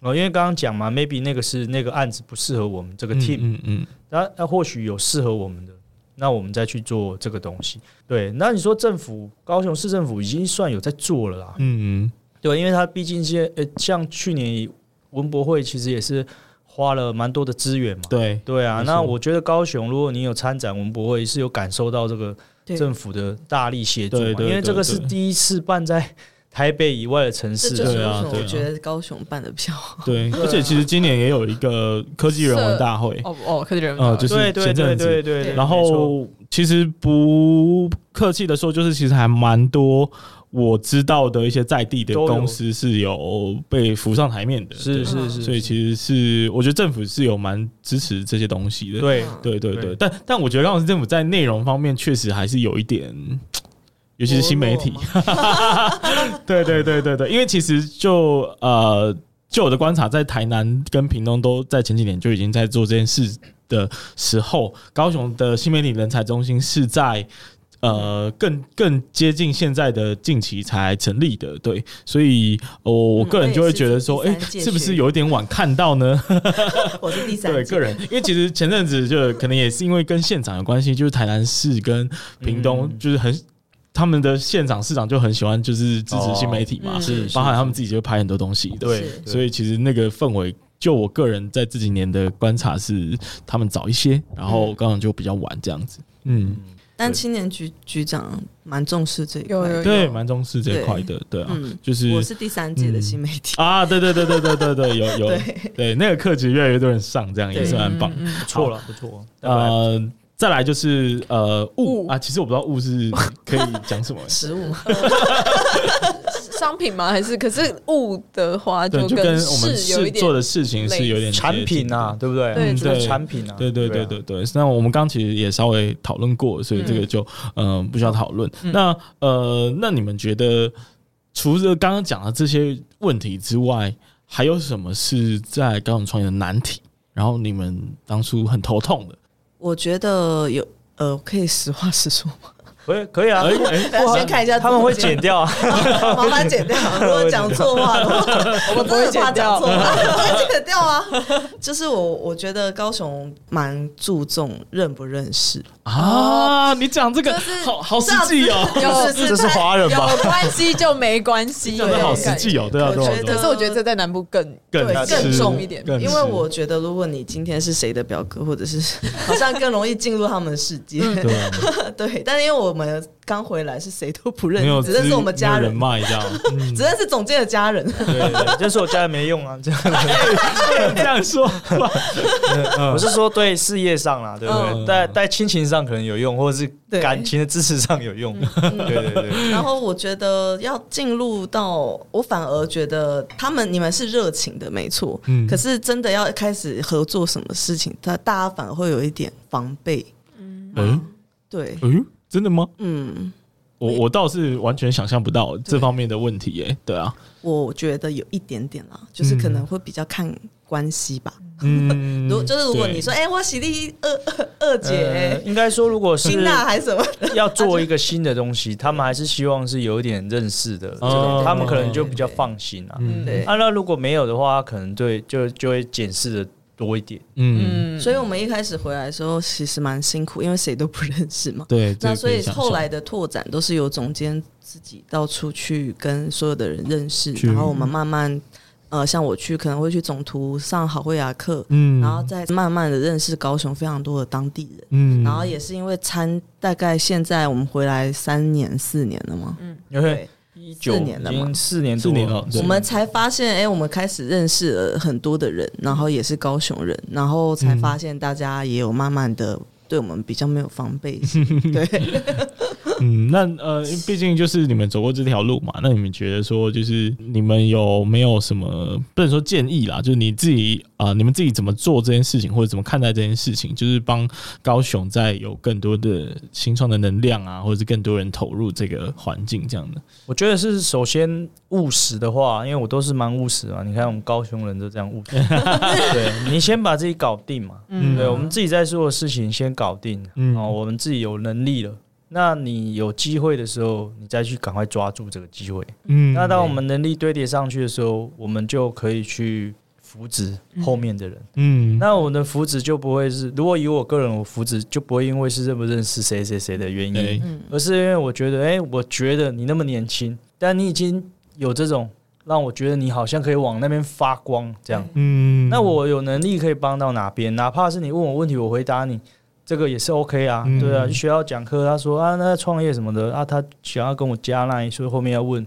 Speaker 3: 哦，因为刚刚讲嘛，maybe 那个是那个案子不适合我们这个 team，
Speaker 1: 嗯嗯，
Speaker 3: 那那或许有适合我们的，那我们再去做这个东西。对，那你说政府高雄市政府已经算有在做了啦，
Speaker 1: 嗯，
Speaker 3: 对，因为它毕竟现呃，像去年文博会其实也是花了蛮多的资源嘛。
Speaker 1: 对，
Speaker 3: 对啊，
Speaker 1: 没错
Speaker 3: 那我觉得高雄，如果你有参展文博会，是有感受到这个
Speaker 4: 对
Speaker 3: 政府的大力协助嘛，
Speaker 1: 对对
Speaker 3: 因为这个
Speaker 1: 对
Speaker 3: 是
Speaker 1: 对
Speaker 3: 第一次办在台北以外的城
Speaker 4: 这
Speaker 3: 市，
Speaker 4: 就是为
Speaker 1: 对啊
Speaker 4: 什么
Speaker 1: 对
Speaker 4: 我
Speaker 1: 啊
Speaker 4: 觉得高雄办的比较好。
Speaker 1: 对，而且其实今年也有一个科技人文大会，
Speaker 2: 哦哦，科技人
Speaker 1: 呃，就是
Speaker 3: 对对
Speaker 1: 前
Speaker 3: 对
Speaker 1: 阵
Speaker 3: 对
Speaker 1: 子，
Speaker 3: 对对，
Speaker 1: 然
Speaker 3: 啊没错
Speaker 1: 后其实不客气的说，就是其实还蛮多我知道的一些在地的
Speaker 3: 都有
Speaker 1: 公司是有被浮上台面的，
Speaker 3: 是
Speaker 1: 对
Speaker 3: 是是，
Speaker 1: 所以其实是我觉得政府是有蛮支持这些东西的，
Speaker 3: 对
Speaker 4: 嗯
Speaker 1: 对对
Speaker 3: 对
Speaker 1: 对，但但我觉得高雄市政府在内容方面确实还是有一点，尤其是新媒体
Speaker 4: 没，
Speaker 1: 对对对对对，因为其实就呃，就我的观察，在台南跟屏东都在前几年就已经在做这件事的时候，高雄的新媒体人才中心是在。呃，更更接近现在的近期才成立的，对，所以呃我、我个人就会觉得说，
Speaker 4: 嗯那
Speaker 1: 哎、
Speaker 4: 嗯也是第三届
Speaker 1: 是不是有一点晚看到呢？
Speaker 4: 我是第三
Speaker 1: 对
Speaker 4: 届
Speaker 1: 个人，因为其实前阵子就可能也是因为跟现场有关系，就是台南市跟屏东
Speaker 3: 嗯
Speaker 1: 就是很。他们的现场市长就很喜欢，就是支持新媒体嘛，
Speaker 4: 哦嗯
Speaker 3: 是是
Speaker 1: 包含他们自己就会拍很多东西的，
Speaker 3: 对
Speaker 4: 是，
Speaker 3: 对
Speaker 1: 所以其实那个氛围，就我个人在这几年的观察是，他们早一些，然后刚好就比较晚这样子，嗯，
Speaker 4: 但青年局局长蛮重视这一块
Speaker 2: 有
Speaker 4: 的，
Speaker 2: 有
Speaker 1: 对，蛮重视这一块的，对啊，
Speaker 4: 嗯，
Speaker 1: 就是
Speaker 4: 我是第三届的新媒体，
Speaker 1: 啊，对对对对对对对，有有
Speaker 4: 对，
Speaker 1: 对，那个课题越来越多人上，这样也
Speaker 4: 对，
Speaker 1: 是蛮棒的。
Speaker 2: 嗯
Speaker 3: 不错了不错，呃，
Speaker 1: 呃，再来就是呃雾
Speaker 2: 雾
Speaker 1: 啊，其实我不知道雾是可以讲什么
Speaker 4: 食物嘛，
Speaker 2: 商品吗？还是可是物的话，
Speaker 1: 对，就跟
Speaker 2: 跟
Speaker 1: 我们
Speaker 2: 是有
Speaker 1: 是
Speaker 2: 一
Speaker 1: 做
Speaker 2: 点
Speaker 1: 的事情是有点
Speaker 3: 产品啊，
Speaker 1: 接
Speaker 3: 对不对？
Speaker 2: 对
Speaker 1: 嗯
Speaker 3: 这个
Speaker 1: 对
Speaker 3: 产品啊，
Speaker 1: 近的。对对对
Speaker 3: 啊
Speaker 1: 对对，那我们刚其实也稍微讨论过，所以这个就呃不需要讨论。那呃，那你们觉得除了刚刚讲的这些问题之外，还有什么是在高雄创业的难题？然后你们当初很头痛的？
Speaker 4: 我觉得有呃，可以实话实说 吗？
Speaker 3: 可以可以啊，
Speaker 1: 哎哎，
Speaker 4: 大家先看一下，
Speaker 3: 他们会剪，掉啊，
Speaker 4: 麻烦剪掉。如果讲错话 的话， 我真的怕讲错话，我会剪掉啊。就是我，我觉得高雄蛮注重认不认识，
Speaker 1: 啊，你讲这个
Speaker 2: 就是
Speaker 1: 好好实际哦，
Speaker 2: 有
Speaker 3: 这是华人吧？
Speaker 2: 有关系就没 关系，
Speaker 1: 讲的好实际哦，对啊，
Speaker 4: 我
Speaker 1: 对啊对
Speaker 4: 觉
Speaker 1: 啊
Speaker 4: 得
Speaker 2: 可是我觉得这在南部更
Speaker 1: 更
Speaker 4: 对
Speaker 1: 吃
Speaker 4: 更重
Speaker 2: 一点
Speaker 1: 更吃
Speaker 4: 因为我觉得如果你今天是谁的表哥，或 者是好像更容易进入他们的世界。
Speaker 1: 对啊
Speaker 4: 对，但是因为我们刚回来，是谁都不认
Speaker 1: 没有
Speaker 4: 识，只认
Speaker 1: 资
Speaker 4: 识我们家
Speaker 1: 没有
Speaker 4: 人
Speaker 1: 人，脉这样， 嗯
Speaker 4: 只认识总监的家人。
Speaker 3: 对对对，就是我家人没用啊，这样。
Speaker 1: 这样说，
Speaker 3: 我是说对事业上啦，对不对？
Speaker 1: 嗯
Speaker 3: 在在亲情上可能有用，或者是
Speaker 4: 对嗯
Speaker 3: 感情的支持上有用。对
Speaker 1: 嗯
Speaker 3: 对对，
Speaker 4: 然后我觉得要进入到，我反而觉得他们你们是热情的，没错，
Speaker 1: 嗯
Speaker 4: 可是真的要开始合作什么事情，他大家反而会有一点防备，
Speaker 1: 嗯
Speaker 4: 对，
Speaker 1: 嗯，真的吗？
Speaker 4: 嗯，
Speaker 1: 我我倒是完全想象不到这方面的问题耶，对 啊，
Speaker 4: 我觉得有一点点啦，就是可能会比较看关系吧。
Speaker 1: 嗯
Speaker 4: 如、就是如果
Speaker 1: 对嗯
Speaker 4: 你说，哎、我喜力二二二
Speaker 3: 呃
Speaker 4: 姐、
Speaker 3: 应该说，如果是
Speaker 4: 辛娜还是什么，
Speaker 3: 要做一个新的东西，他们还是希望是有一点认识的，这
Speaker 1: 哦
Speaker 3: 种他们可能就比较放心啊。
Speaker 1: 嗯
Speaker 4: 对，
Speaker 3: 啊，那如果没有的话，可能对就就会检视的多一点。
Speaker 1: 嗯，
Speaker 2: 嗯，
Speaker 4: 所以我们一开始回来的时候，其实蛮辛苦，因为谁都不认识嘛。
Speaker 1: 对，这
Speaker 4: 那
Speaker 1: 个
Speaker 4: 所
Speaker 1: 可
Speaker 4: 以
Speaker 1: 想
Speaker 4: 后
Speaker 1: 象
Speaker 4: 来的拓展都是由总监自己到处去跟所有的人认识，
Speaker 1: 去
Speaker 4: 然后我们慢慢，呃，像我去可能会去总图上好会雅课，
Speaker 1: 嗯，
Speaker 4: 然后再慢慢的认识高雄非常多的当地人，
Speaker 1: 嗯，
Speaker 4: 然后也是因为参大概现在我们回来三年四年了嘛，
Speaker 3: 因为
Speaker 4: 对
Speaker 3: 一九
Speaker 4: 四年了
Speaker 3: 已
Speaker 4: 嘛
Speaker 3: 经四年
Speaker 1: 四
Speaker 3: 多
Speaker 1: 年了，对
Speaker 4: 我们才发现，哎、我们开始认识了很多的人，然后也是高雄人，然后才发现大家也有慢慢的对我们比较没有防备心，对，
Speaker 1: 嗯，那呃，毕竟就是你们走过这条路嘛，那你们觉得说，就是你们有没有什么不能说建议啦，就是你自己啊、呃你们自己怎么做这件事情，或者怎么看待这件事情，就是帮高雄再有更多的新创的能量啊，或者是更多人投入这个环境这样的。
Speaker 3: 我觉得是首先务实的话，因为我都是蛮务实嘛。你看我们高雄人都这样务 实，对你先把自己搞定嘛。
Speaker 1: 嗯
Speaker 3: 对，我们自己在做的事情先搞定，
Speaker 1: 嗯
Speaker 3: 哦，我们自己有能力了。那你有机会的时候，你再去赶快抓住这个机会。
Speaker 1: 嗯
Speaker 3: 那当我们能力堆叠上去的时候，我们就可以去扶植后面的人。
Speaker 1: 嗯，
Speaker 3: 那我们的福祉就不会是，如果以我个人，我福祉就不会因为是认不认识谁谁谁的原
Speaker 1: 对
Speaker 3: 因，而是因为我觉得，哎、我觉得你那么年轻，但你已经有这种让我觉得你好像可以往那边发光这样。
Speaker 1: 嗯，
Speaker 3: 那我有能力可以帮到哪边，哪怕是你问我问题，我回答你，这个也是 OK 啊，
Speaker 1: 嗯
Speaker 3: 对啊。去学校讲课，他说啊，那创业什么的啊，他想要跟我加那，所以后面要问，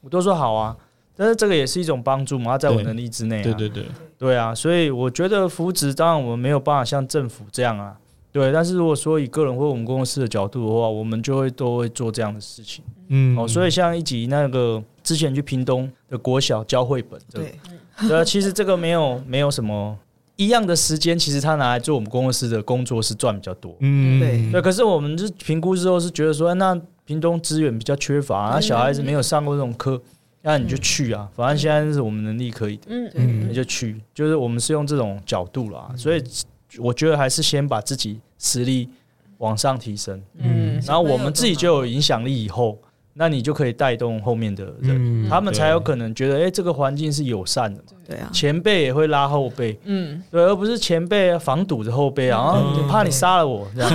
Speaker 3: 我都说好啊。但是这个也是一种帮助嘛，他在我
Speaker 1: 对
Speaker 3: 能力之内、啊。
Speaker 1: 对对对，
Speaker 3: 对啊，所以我觉得扶植当然我们没有办法像政府这样啊，对。但是如果说以个人或我们公司的角度的话，我们就会都会做这样的事情、
Speaker 1: 嗯，
Speaker 3: 哦。所以像一集那个之前去屏东的国小教绘本，这个
Speaker 4: 对，
Speaker 3: 对啊，其实这个没有没有什么一样的时间，其实他拿来做我们公司的工作是赚比较多。
Speaker 1: 嗯，
Speaker 4: 对
Speaker 3: 对，可是我们是评估之后是觉得说，哎那屏东资源比较缺乏，那小孩子没有上过这种课，那你就去啊，反正现在是我们能力可以的。
Speaker 2: 嗯
Speaker 1: 嗯
Speaker 3: 那就去，就是我们是用这种角度啦，
Speaker 4: 嗯
Speaker 3: 所以我觉得还是先把自己实力往上提升，
Speaker 2: 嗯
Speaker 3: 然后我们自己就有影响力，以后那你就可以带动后面的人，
Speaker 1: 嗯
Speaker 3: 他们才有
Speaker 1: 对
Speaker 3: 可能觉得，哎、这个环境是友善的嘛，
Speaker 4: 对啊，
Speaker 3: 前辈也会拉后辈，
Speaker 2: 嗯，
Speaker 3: 对，而不是前辈防堵着后辈啊，
Speaker 1: 嗯
Speaker 3: 啊怕你杀了我这 样，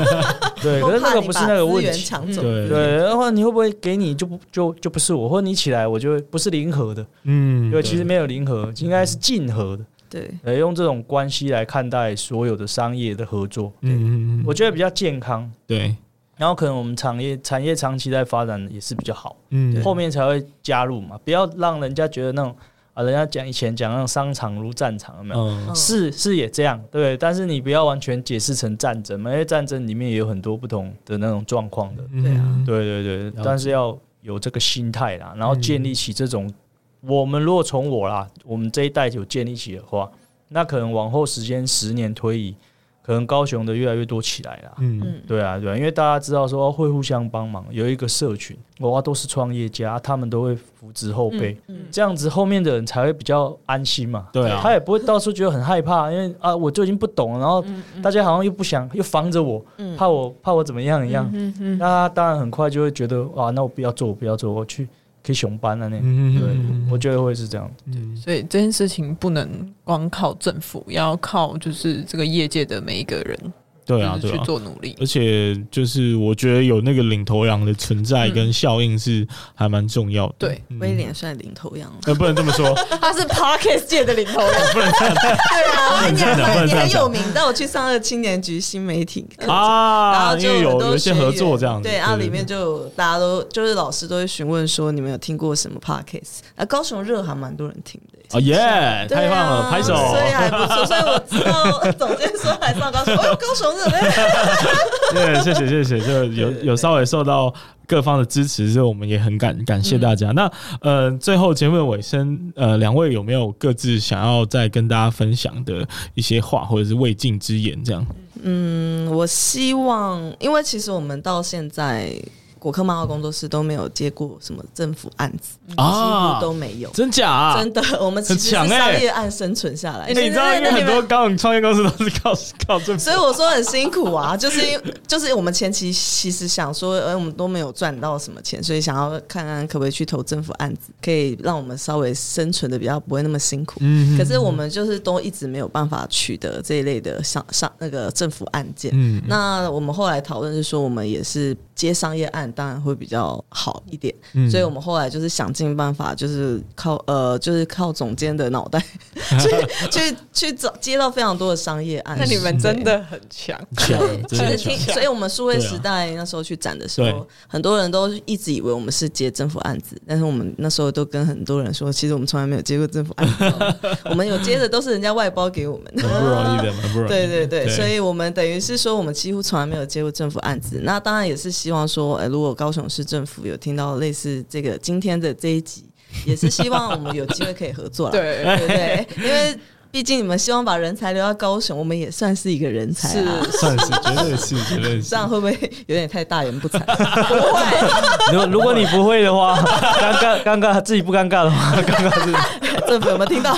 Speaker 3: 对，可是那个不是那个问
Speaker 4: 都怕你把资源
Speaker 3: 题。
Speaker 4: 抢走，
Speaker 1: 对
Speaker 3: 对，然后你会不会给你就不就就不是我，或者你起来我就会不是零和的，
Speaker 1: 嗯，
Speaker 3: 对，其实没有零和，应该是竞和的，
Speaker 4: 对，
Speaker 3: 呃，用这种关系来看待所有的商业的合作，
Speaker 1: 嗯，嗯嗯
Speaker 3: 我觉得比较健康。
Speaker 1: 对，
Speaker 3: 然后可能我们产业产业长期在发展也是比较好，
Speaker 1: 嗯，
Speaker 3: 后面才会加入嘛，不要让人家觉得那种啊，人家讲以前讲那种商场如战场，有没有？
Speaker 1: 嗯
Speaker 4: 嗯
Speaker 3: 是是也这样，对，但是你不要完全解释成战争嘛，因为战争里面也有很多不同的那种状况的，
Speaker 1: 嗯
Speaker 4: 对啊
Speaker 3: 对对
Speaker 1: 解
Speaker 3: 对，但是要有这个心态啦，然后建立起这种，我们如果从我啦，我们这一代有建立起的话，那可能往后时间十年推移，可能高雄的越来越多起来啦。
Speaker 1: 嗯
Speaker 4: 嗯，
Speaker 3: 对啊，对啊，因为大家知道说会互相帮忙，有一个社群，哇，都是创业家，他们都会扶植后辈，
Speaker 4: 嗯嗯
Speaker 3: 这样子后面的人才会比较安心嘛。
Speaker 1: 对啊
Speaker 3: 他也不会到处觉得很害怕，因为啊，我就已经不懂了，然后
Speaker 2: 嗯
Speaker 3: 大家好像又不想，又防着我，
Speaker 4: 嗯
Speaker 3: 怕我怕我怎么样一样。
Speaker 2: 嗯嗯
Speaker 3: 那他当然很快就会觉得啊，那我不要做，我不要做，我去可以熊班啊那。
Speaker 1: 嗯，
Speaker 3: 对，我觉得会是这样。
Speaker 1: 嗯
Speaker 2: 所以这件事情不能光靠政府，也要靠就是这个业界的每一个人，
Speaker 1: 对啊
Speaker 2: 就
Speaker 1: 对
Speaker 2: 是去
Speaker 1: 啊，
Speaker 2: 做努力。
Speaker 1: 而且就是我觉得有那个领头羊的存在跟效应是还蛮重要的。
Speaker 2: 对
Speaker 1: 嗯
Speaker 4: 嗯威，廉帅领头羊，
Speaker 1: 呃，不能这么 说，
Speaker 2: 他是 Parkes 界的领头 人，
Speaker 1: 不能这样
Speaker 4: 对 啊，
Speaker 1: 不能
Speaker 4: 你
Speaker 1: 这样讲不能
Speaker 4: 很
Speaker 1: 这
Speaker 4: 你
Speaker 1: 样
Speaker 4: 很
Speaker 1: 讲
Speaker 4: 有名，但我去上了青年局新媒体课程然
Speaker 1: 啊，
Speaker 4: 后
Speaker 1: 因
Speaker 4: 就
Speaker 1: 为
Speaker 4: 很
Speaker 1: 有
Speaker 4: 多
Speaker 1: 有一些
Speaker 4: 学
Speaker 1: 合
Speaker 4: 员
Speaker 1: 作这样子，
Speaker 4: 对，然后里面就有大家都就是老师都会询问说你们有听过什么 podcast？啊，高雄热还蛮多人听的。
Speaker 1: 哦耶，
Speaker 4: 对
Speaker 1: 太棒
Speaker 4: 啊
Speaker 1: 了，拍手，
Speaker 4: 所以还不错，所以我知道总监说来上 高雄，哦，高雄热，
Speaker 1: 对，谢谢谢谢，就有
Speaker 4: 啊对对
Speaker 1: 有稍微受到各方的支持，所以我们也很感感
Speaker 4: 嗯
Speaker 1: 谢大家。那呃，最后节目的尾声，呃，两位有没有各自想要再跟大家分享的一些话，或者是未尽之言？这样，
Speaker 4: 嗯，我希望，因为其实我们到现在果科漫画工作室都没有接过什么政府案子，
Speaker 1: 啊
Speaker 4: 几乎都没有。
Speaker 1: 真假、啊？
Speaker 4: 真的， 我们其实是
Speaker 1: 很
Speaker 4: 商
Speaker 1: 强欸
Speaker 4: 业案生存下来
Speaker 1: 哎、
Speaker 4: 的。
Speaker 1: 你知道，因为很多高创业公司都是靠靠政府
Speaker 4: 所以我说很辛苦啊， 就是因就是我们前期其实想说，呃，我们都没有赚到什么钱，所以想要看看可不可以去投政府案子，可以让我们稍微生存的比较不会那么辛苦。
Speaker 1: 嗯
Speaker 4: 可是我们就是都一直没有办法取得这一类的上上那个政府案件。
Speaker 1: 嗯
Speaker 4: 那我们后来讨论是说，我们也是接商业案，当然会比较好一点。
Speaker 1: 嗯
Speaker 4: 所以我们后来就是想尽办法，就是靠呃，就是靠总监的脑 袋去去去找接到非常多的商业案。
Speaker 2: 那你们真的很强。
Speaker 1: 强，
Speaker 4: 其
Speaker 1: 真
Speaker 4: 实
Speaker 1: 的
Speaker 4: 听，
Speaker 1: 强。
Speaker 4: 所以我们数位
Speaker 1: 对啊
Speaker 4: 时代那时候去展的时
Speaker 1: 对啊
Speaker 4: 候，很多人都一直以为我们是接政府案子，但是我们那时候都跟很多人说，其实我们从来没有接过政府案 子，我们有接的都是人家外包给我们的
Speaker 1: 很。不容易的，很不容易的。
Speaker 4: 对对对，
Speaker 1: 对
Speaker 4: 所以我们等于是说，我们几乎从来没有接过政府案子。那当然也是希望说，呃，如果高雄市政府有听到类似这个今天的这一集，也是希望我们有机会可以合作啦，
Speaker 2: 对
Speaker 4: 对不对？因为毕竟你们希望把人才留到高雄，我们也算是一个人才啊。
Speaker 1: 算是绝对是绝对是
Speaker 4: 这。样会不会有点太大言不惭？
Speaker 3: 如果如果你不会的话，尴尬尴尬，自己不尴尬的话，尴尬 是
Speaker 4: 政府有没有听到？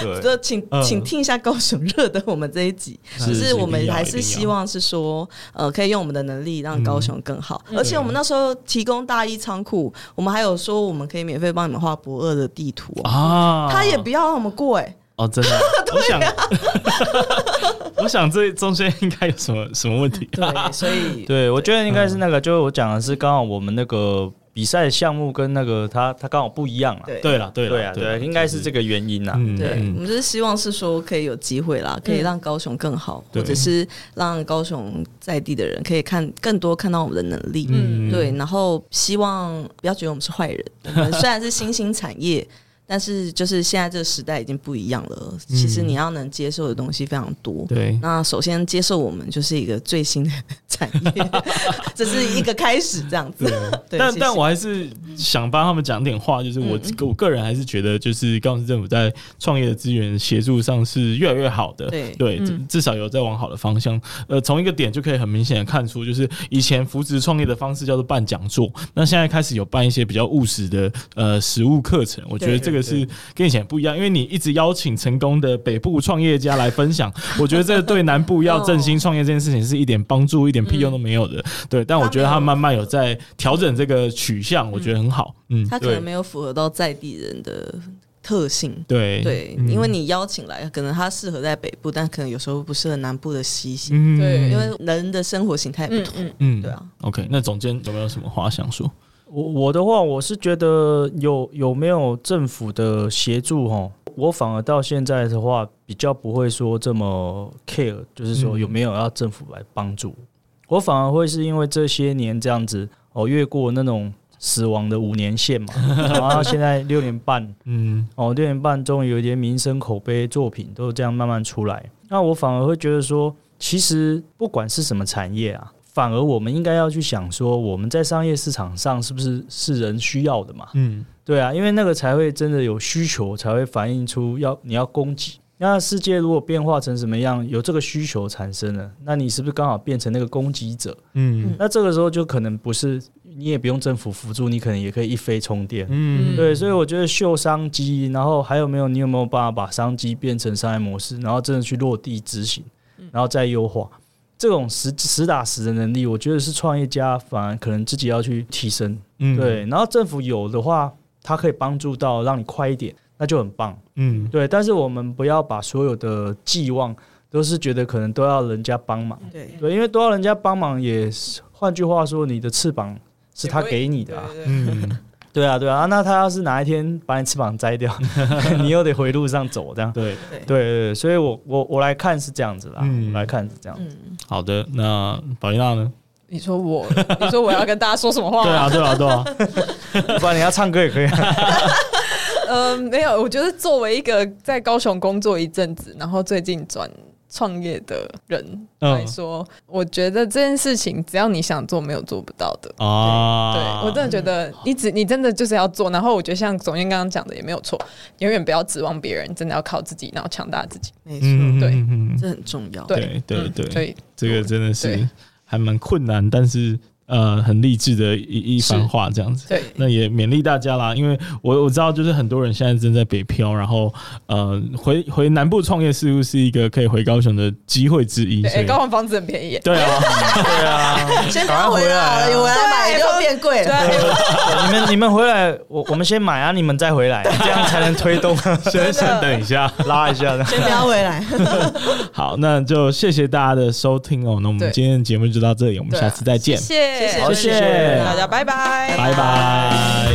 Speaker 3: 对，
Speaker 4: 就请
Speaker 1: 嗯
Speaker 4: 请听一下高雄热的我们这一集，
Speaker 1: 是
Speaker 4: 就是是我
Speaker 1: 一
Speaker 4: 们
Speaker 1: 定要
Speaker 4: 还
Speaker 1: 一定
Speaker 4: 是
Speaker 1: 要
Speaker 4: 希望是说，呃，可以用我们的能力让高雄更好。
Speaker 1: 嗯
Speaker 4: 而且我们那时候提供大一仓库，我们还有说我们可以免费帮你们画博二的地图哦、
Speaker 1: 啊
Speaker 4: 他也不要让我们过哎、
Speaker 1: 哦，真的，我想，我想这中间应该有什么什么问题？
Speaker 4: 对，所以
Speaker 3: 对我觉得应该是那个，就是我讲的是刚好我们那个比赛项目跟那个他他刚好不一样啊。
Speaker 4: 对
Speaker 1: 对了，对
Speaker 3: 对
Speaker 1: 了，
Speaker 3: 啊，对啊，应该是这个原因啊。
Speaker 1: 嗯，
Speaker 4: 对，我
Speaker 1: 嗯
Speaker 4: 们就是希望是说可以有机会啦，可以让高雄更好，
Speaker 1: 对
Speaker 4: 或者是让高雄在地的人可以看更多看到我们的能力。
Speaker 1: 嗯
Speaker 4: 对，然后希望不要觉得我们是坏人，我们虽然是新兴产业。但是，就是现在这个时代已经不一样了。其实你要能接受的东西非常多。
Speaker 1: 嗯对
Speaker 4: 那首先接受我们就是一个最新的产 业，这是一个开始，这样子。对，
Speaker 1: 但
Speaker 4: 谢谢嗯
Speaker 1: 但我还是想帮他们讲点话，就是我、我个人还是觉得，就是高雄市政府在创业的资源协助上是越来越好的，
Speaker 4: 对嗯
Speaker 1: 至至少有在往好的方向。呃，从一个点就可以很明显的看出，就是以前扶植创业的方式叫做办讲座，那现在开始有办一些比较务实的呃实务课程，我觉得这
Speaker 4: 对
Speaker 1: 个是跟以前不一样，因为你一直邀请成功的北部创业家来分享， 我觉得这对南部要振兴创业这件事情是一点帮助、一点屁用都没有的。对，但我觉得他慢慢有在调整这个取向，我觉得很好。嗯，
Speaker 4: 他可能没有符合到在地人的特性。
Speaker 1: 对嗯
Speaker 4: 对，因为你邀请来，可能它适合在北部，但可能有时候不适合南部的西型，
Speaker 1: 嗯
Speaker 2: 对
Speaker 4: 因为人的生活形态不
Speaker 2: 嗯
Speaker 4: 同。
Speaker 2: 嗯，
Speaker 1: 嗯
Speaker 4: 对啊。
Speaker 1: OK，那总监有没有什么话想说？
Speaker 3: 我我的话，我是觉得有有没有政府的协助哦，我反而到现在的话，比较不会说这么 care，就是说
Speaker 1: 嗯
Speaker 3: 有没有要政府来帮助。我反而会是因为这些年这样子哦，越过那种死亡的五年线嘛，然后现在六年半，
Speaker 1: 嗯
Speaker 3: 哦，六点半终于有一些民生口碑作品都这样慢慢出来，那我反而会觉得说，其实不管是什么产业啊，反而我们应该要去想说，我们在商业市场上是不是是人需要的嘛？
Speaker 1: 嗯，
Speaker 3: 对啊，因为那个才会真的有需求，才会反映出要你要供给。那世界如果变化成什么样，有这个需求产生了，那你是不是刚好变成那个供给者？
Speaker 1: 嗯
Speaker 3: 那这个时候就可能不是你也不用政府辅助，你可能也可以一飞冲天。
Speaker 1: 嗯
Speaker 3: 对，所以我觉得秀商机，然后还有没有你有没有办法把商机变成商业模式，然后真的去落地执行，然后再优化这种实实打实的能力，我觉得是创业家反而可能自己要去提升。
Speaker 1: 嗯，
Speaker 3: 对，然后政府有的话，它可以帮助到让你快一点，那就很棒。
Speaker 1: 嗯
Speaker 3: 对，但是我们不要把所有的寄望都是觉得可能都要人家帮忙，
Speaker 4: 对
Speaker 3: 对，因为都要人家帮忙也是，换句话说，你的翅膀是他给你的啊。
Speaker 1: 嗯，
Speaker 3: 对啊，对啊，啊那他要是哪一天把你翅膀摘掉， 你又得回路上走，这样。
Speaker 1: 对，
Speaker 3: 对对对，所以我我我来看是这样子啦，
Speaker 1: 嗯
Speaker 3: 我来看是这样。
Speaker 1: 好的，那宝丽娜呢？
Speaker 2: 你说我，你说我要跟大家说什么
Speaker 4: 哦
Speaker 2: 话？
Speaker 1: 对 啊，对啊，对啊，
Speaker 3: 不然你要唱歌也可以啊。
Speaker 2: 呃，没有，我觉得作为一个在高雄工作一阵子，然后最近转创业的人来
Speaker 1: 嗯
Speaker 2: 说，我觉得这件事情只要你想做，没有做不到的。对
Speaker 1: 啊，
Speaker 2: 我真的觉得你只你真的就是要做，然后我觉得像总监刚刚讲的也没有错，永远不要指望别人，真的要靠自己，然后强大自己。
Speaker 4: 没错，
Speaker 1: 嗯，
Speaker 2: 对
Speaker 1: 嗯，
Speaker 4: 这很重要。
Speaker 2: 对
Speaker 1: 对对对，
Speaker 2: 所以
Speaker 1: 这个真的是
Speaker 2: 对
Speaker 1: 还蛮困难，但是呃很励志的一一番话这样子。
Speaker 2: 对
Speaker 1: 那也勉励大家啦，因为我我知道就是很多人现在正在北漂，然后呃回回南部创业似乎是一个可以回高雄的机会之一。
Speaker 2: 对，
Speaker 1: 所
Speaker 2: 哎
Speaker 1: 以
Speaker 2: 高雄房子很便宜耶，
Speaker 1: 对啊，
Speaker 3: 对啊，
Speaker 4: 先不要回来，啊我来买就变贵
Speaker 2: 对
Speaker 4: 了。
Speaker 2: 啊，
Speaker 3: 你们你们回来，我我们先买啊，你们再回来，这样才能推 动
Speaker 1: 先先等一 下。
Speaker 3: 拉一下的。
Speaker 4: 先不要回来，
Speaker 1: 好，那就谢谢大家的收听哦。那我们
Speaker 2: 对
Speaker 1: 今天的节目就到这里，我们
Speaker 2: 对
Speaker 1: 下
Speaker 2: 啊
Speaker 1: 次再见，
Speaker 2: 谢
Speaker 4: 谢
Speaker 2: 谢
Speaker 3: 好
Speaker 4: 谢谢
Speaker 2: 大家，拜拜。
Speaker 1: 拜拜。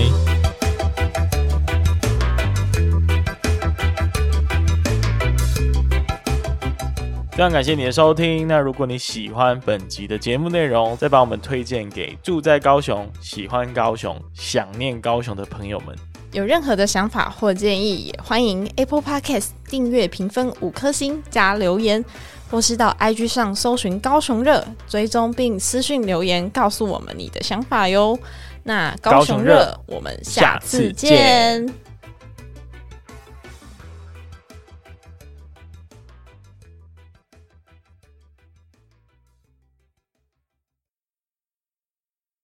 Speaker 1: 非常感谢你的收听。那如果你喜欢本集的节目内容，再把我们推荐给住在高雄、喜欢高雄、想念高雄的朋友们。
Speaker 5: 有任何的想法或建议，也欢迎 Apple Podcast 订阅、评分五颗星加留言，或是到 IG 上搜寻高雄热，追踪并私讯留言告诉我们你的想法哟。那高
Speaker 1: 高雄
Speaker 5: 雄
Speaker 1: 热
Speaker 5: 热，我们下
Speaker 1: 下次
Speaker 5: 次
Speaker 1: 见
Speaker 5: 见。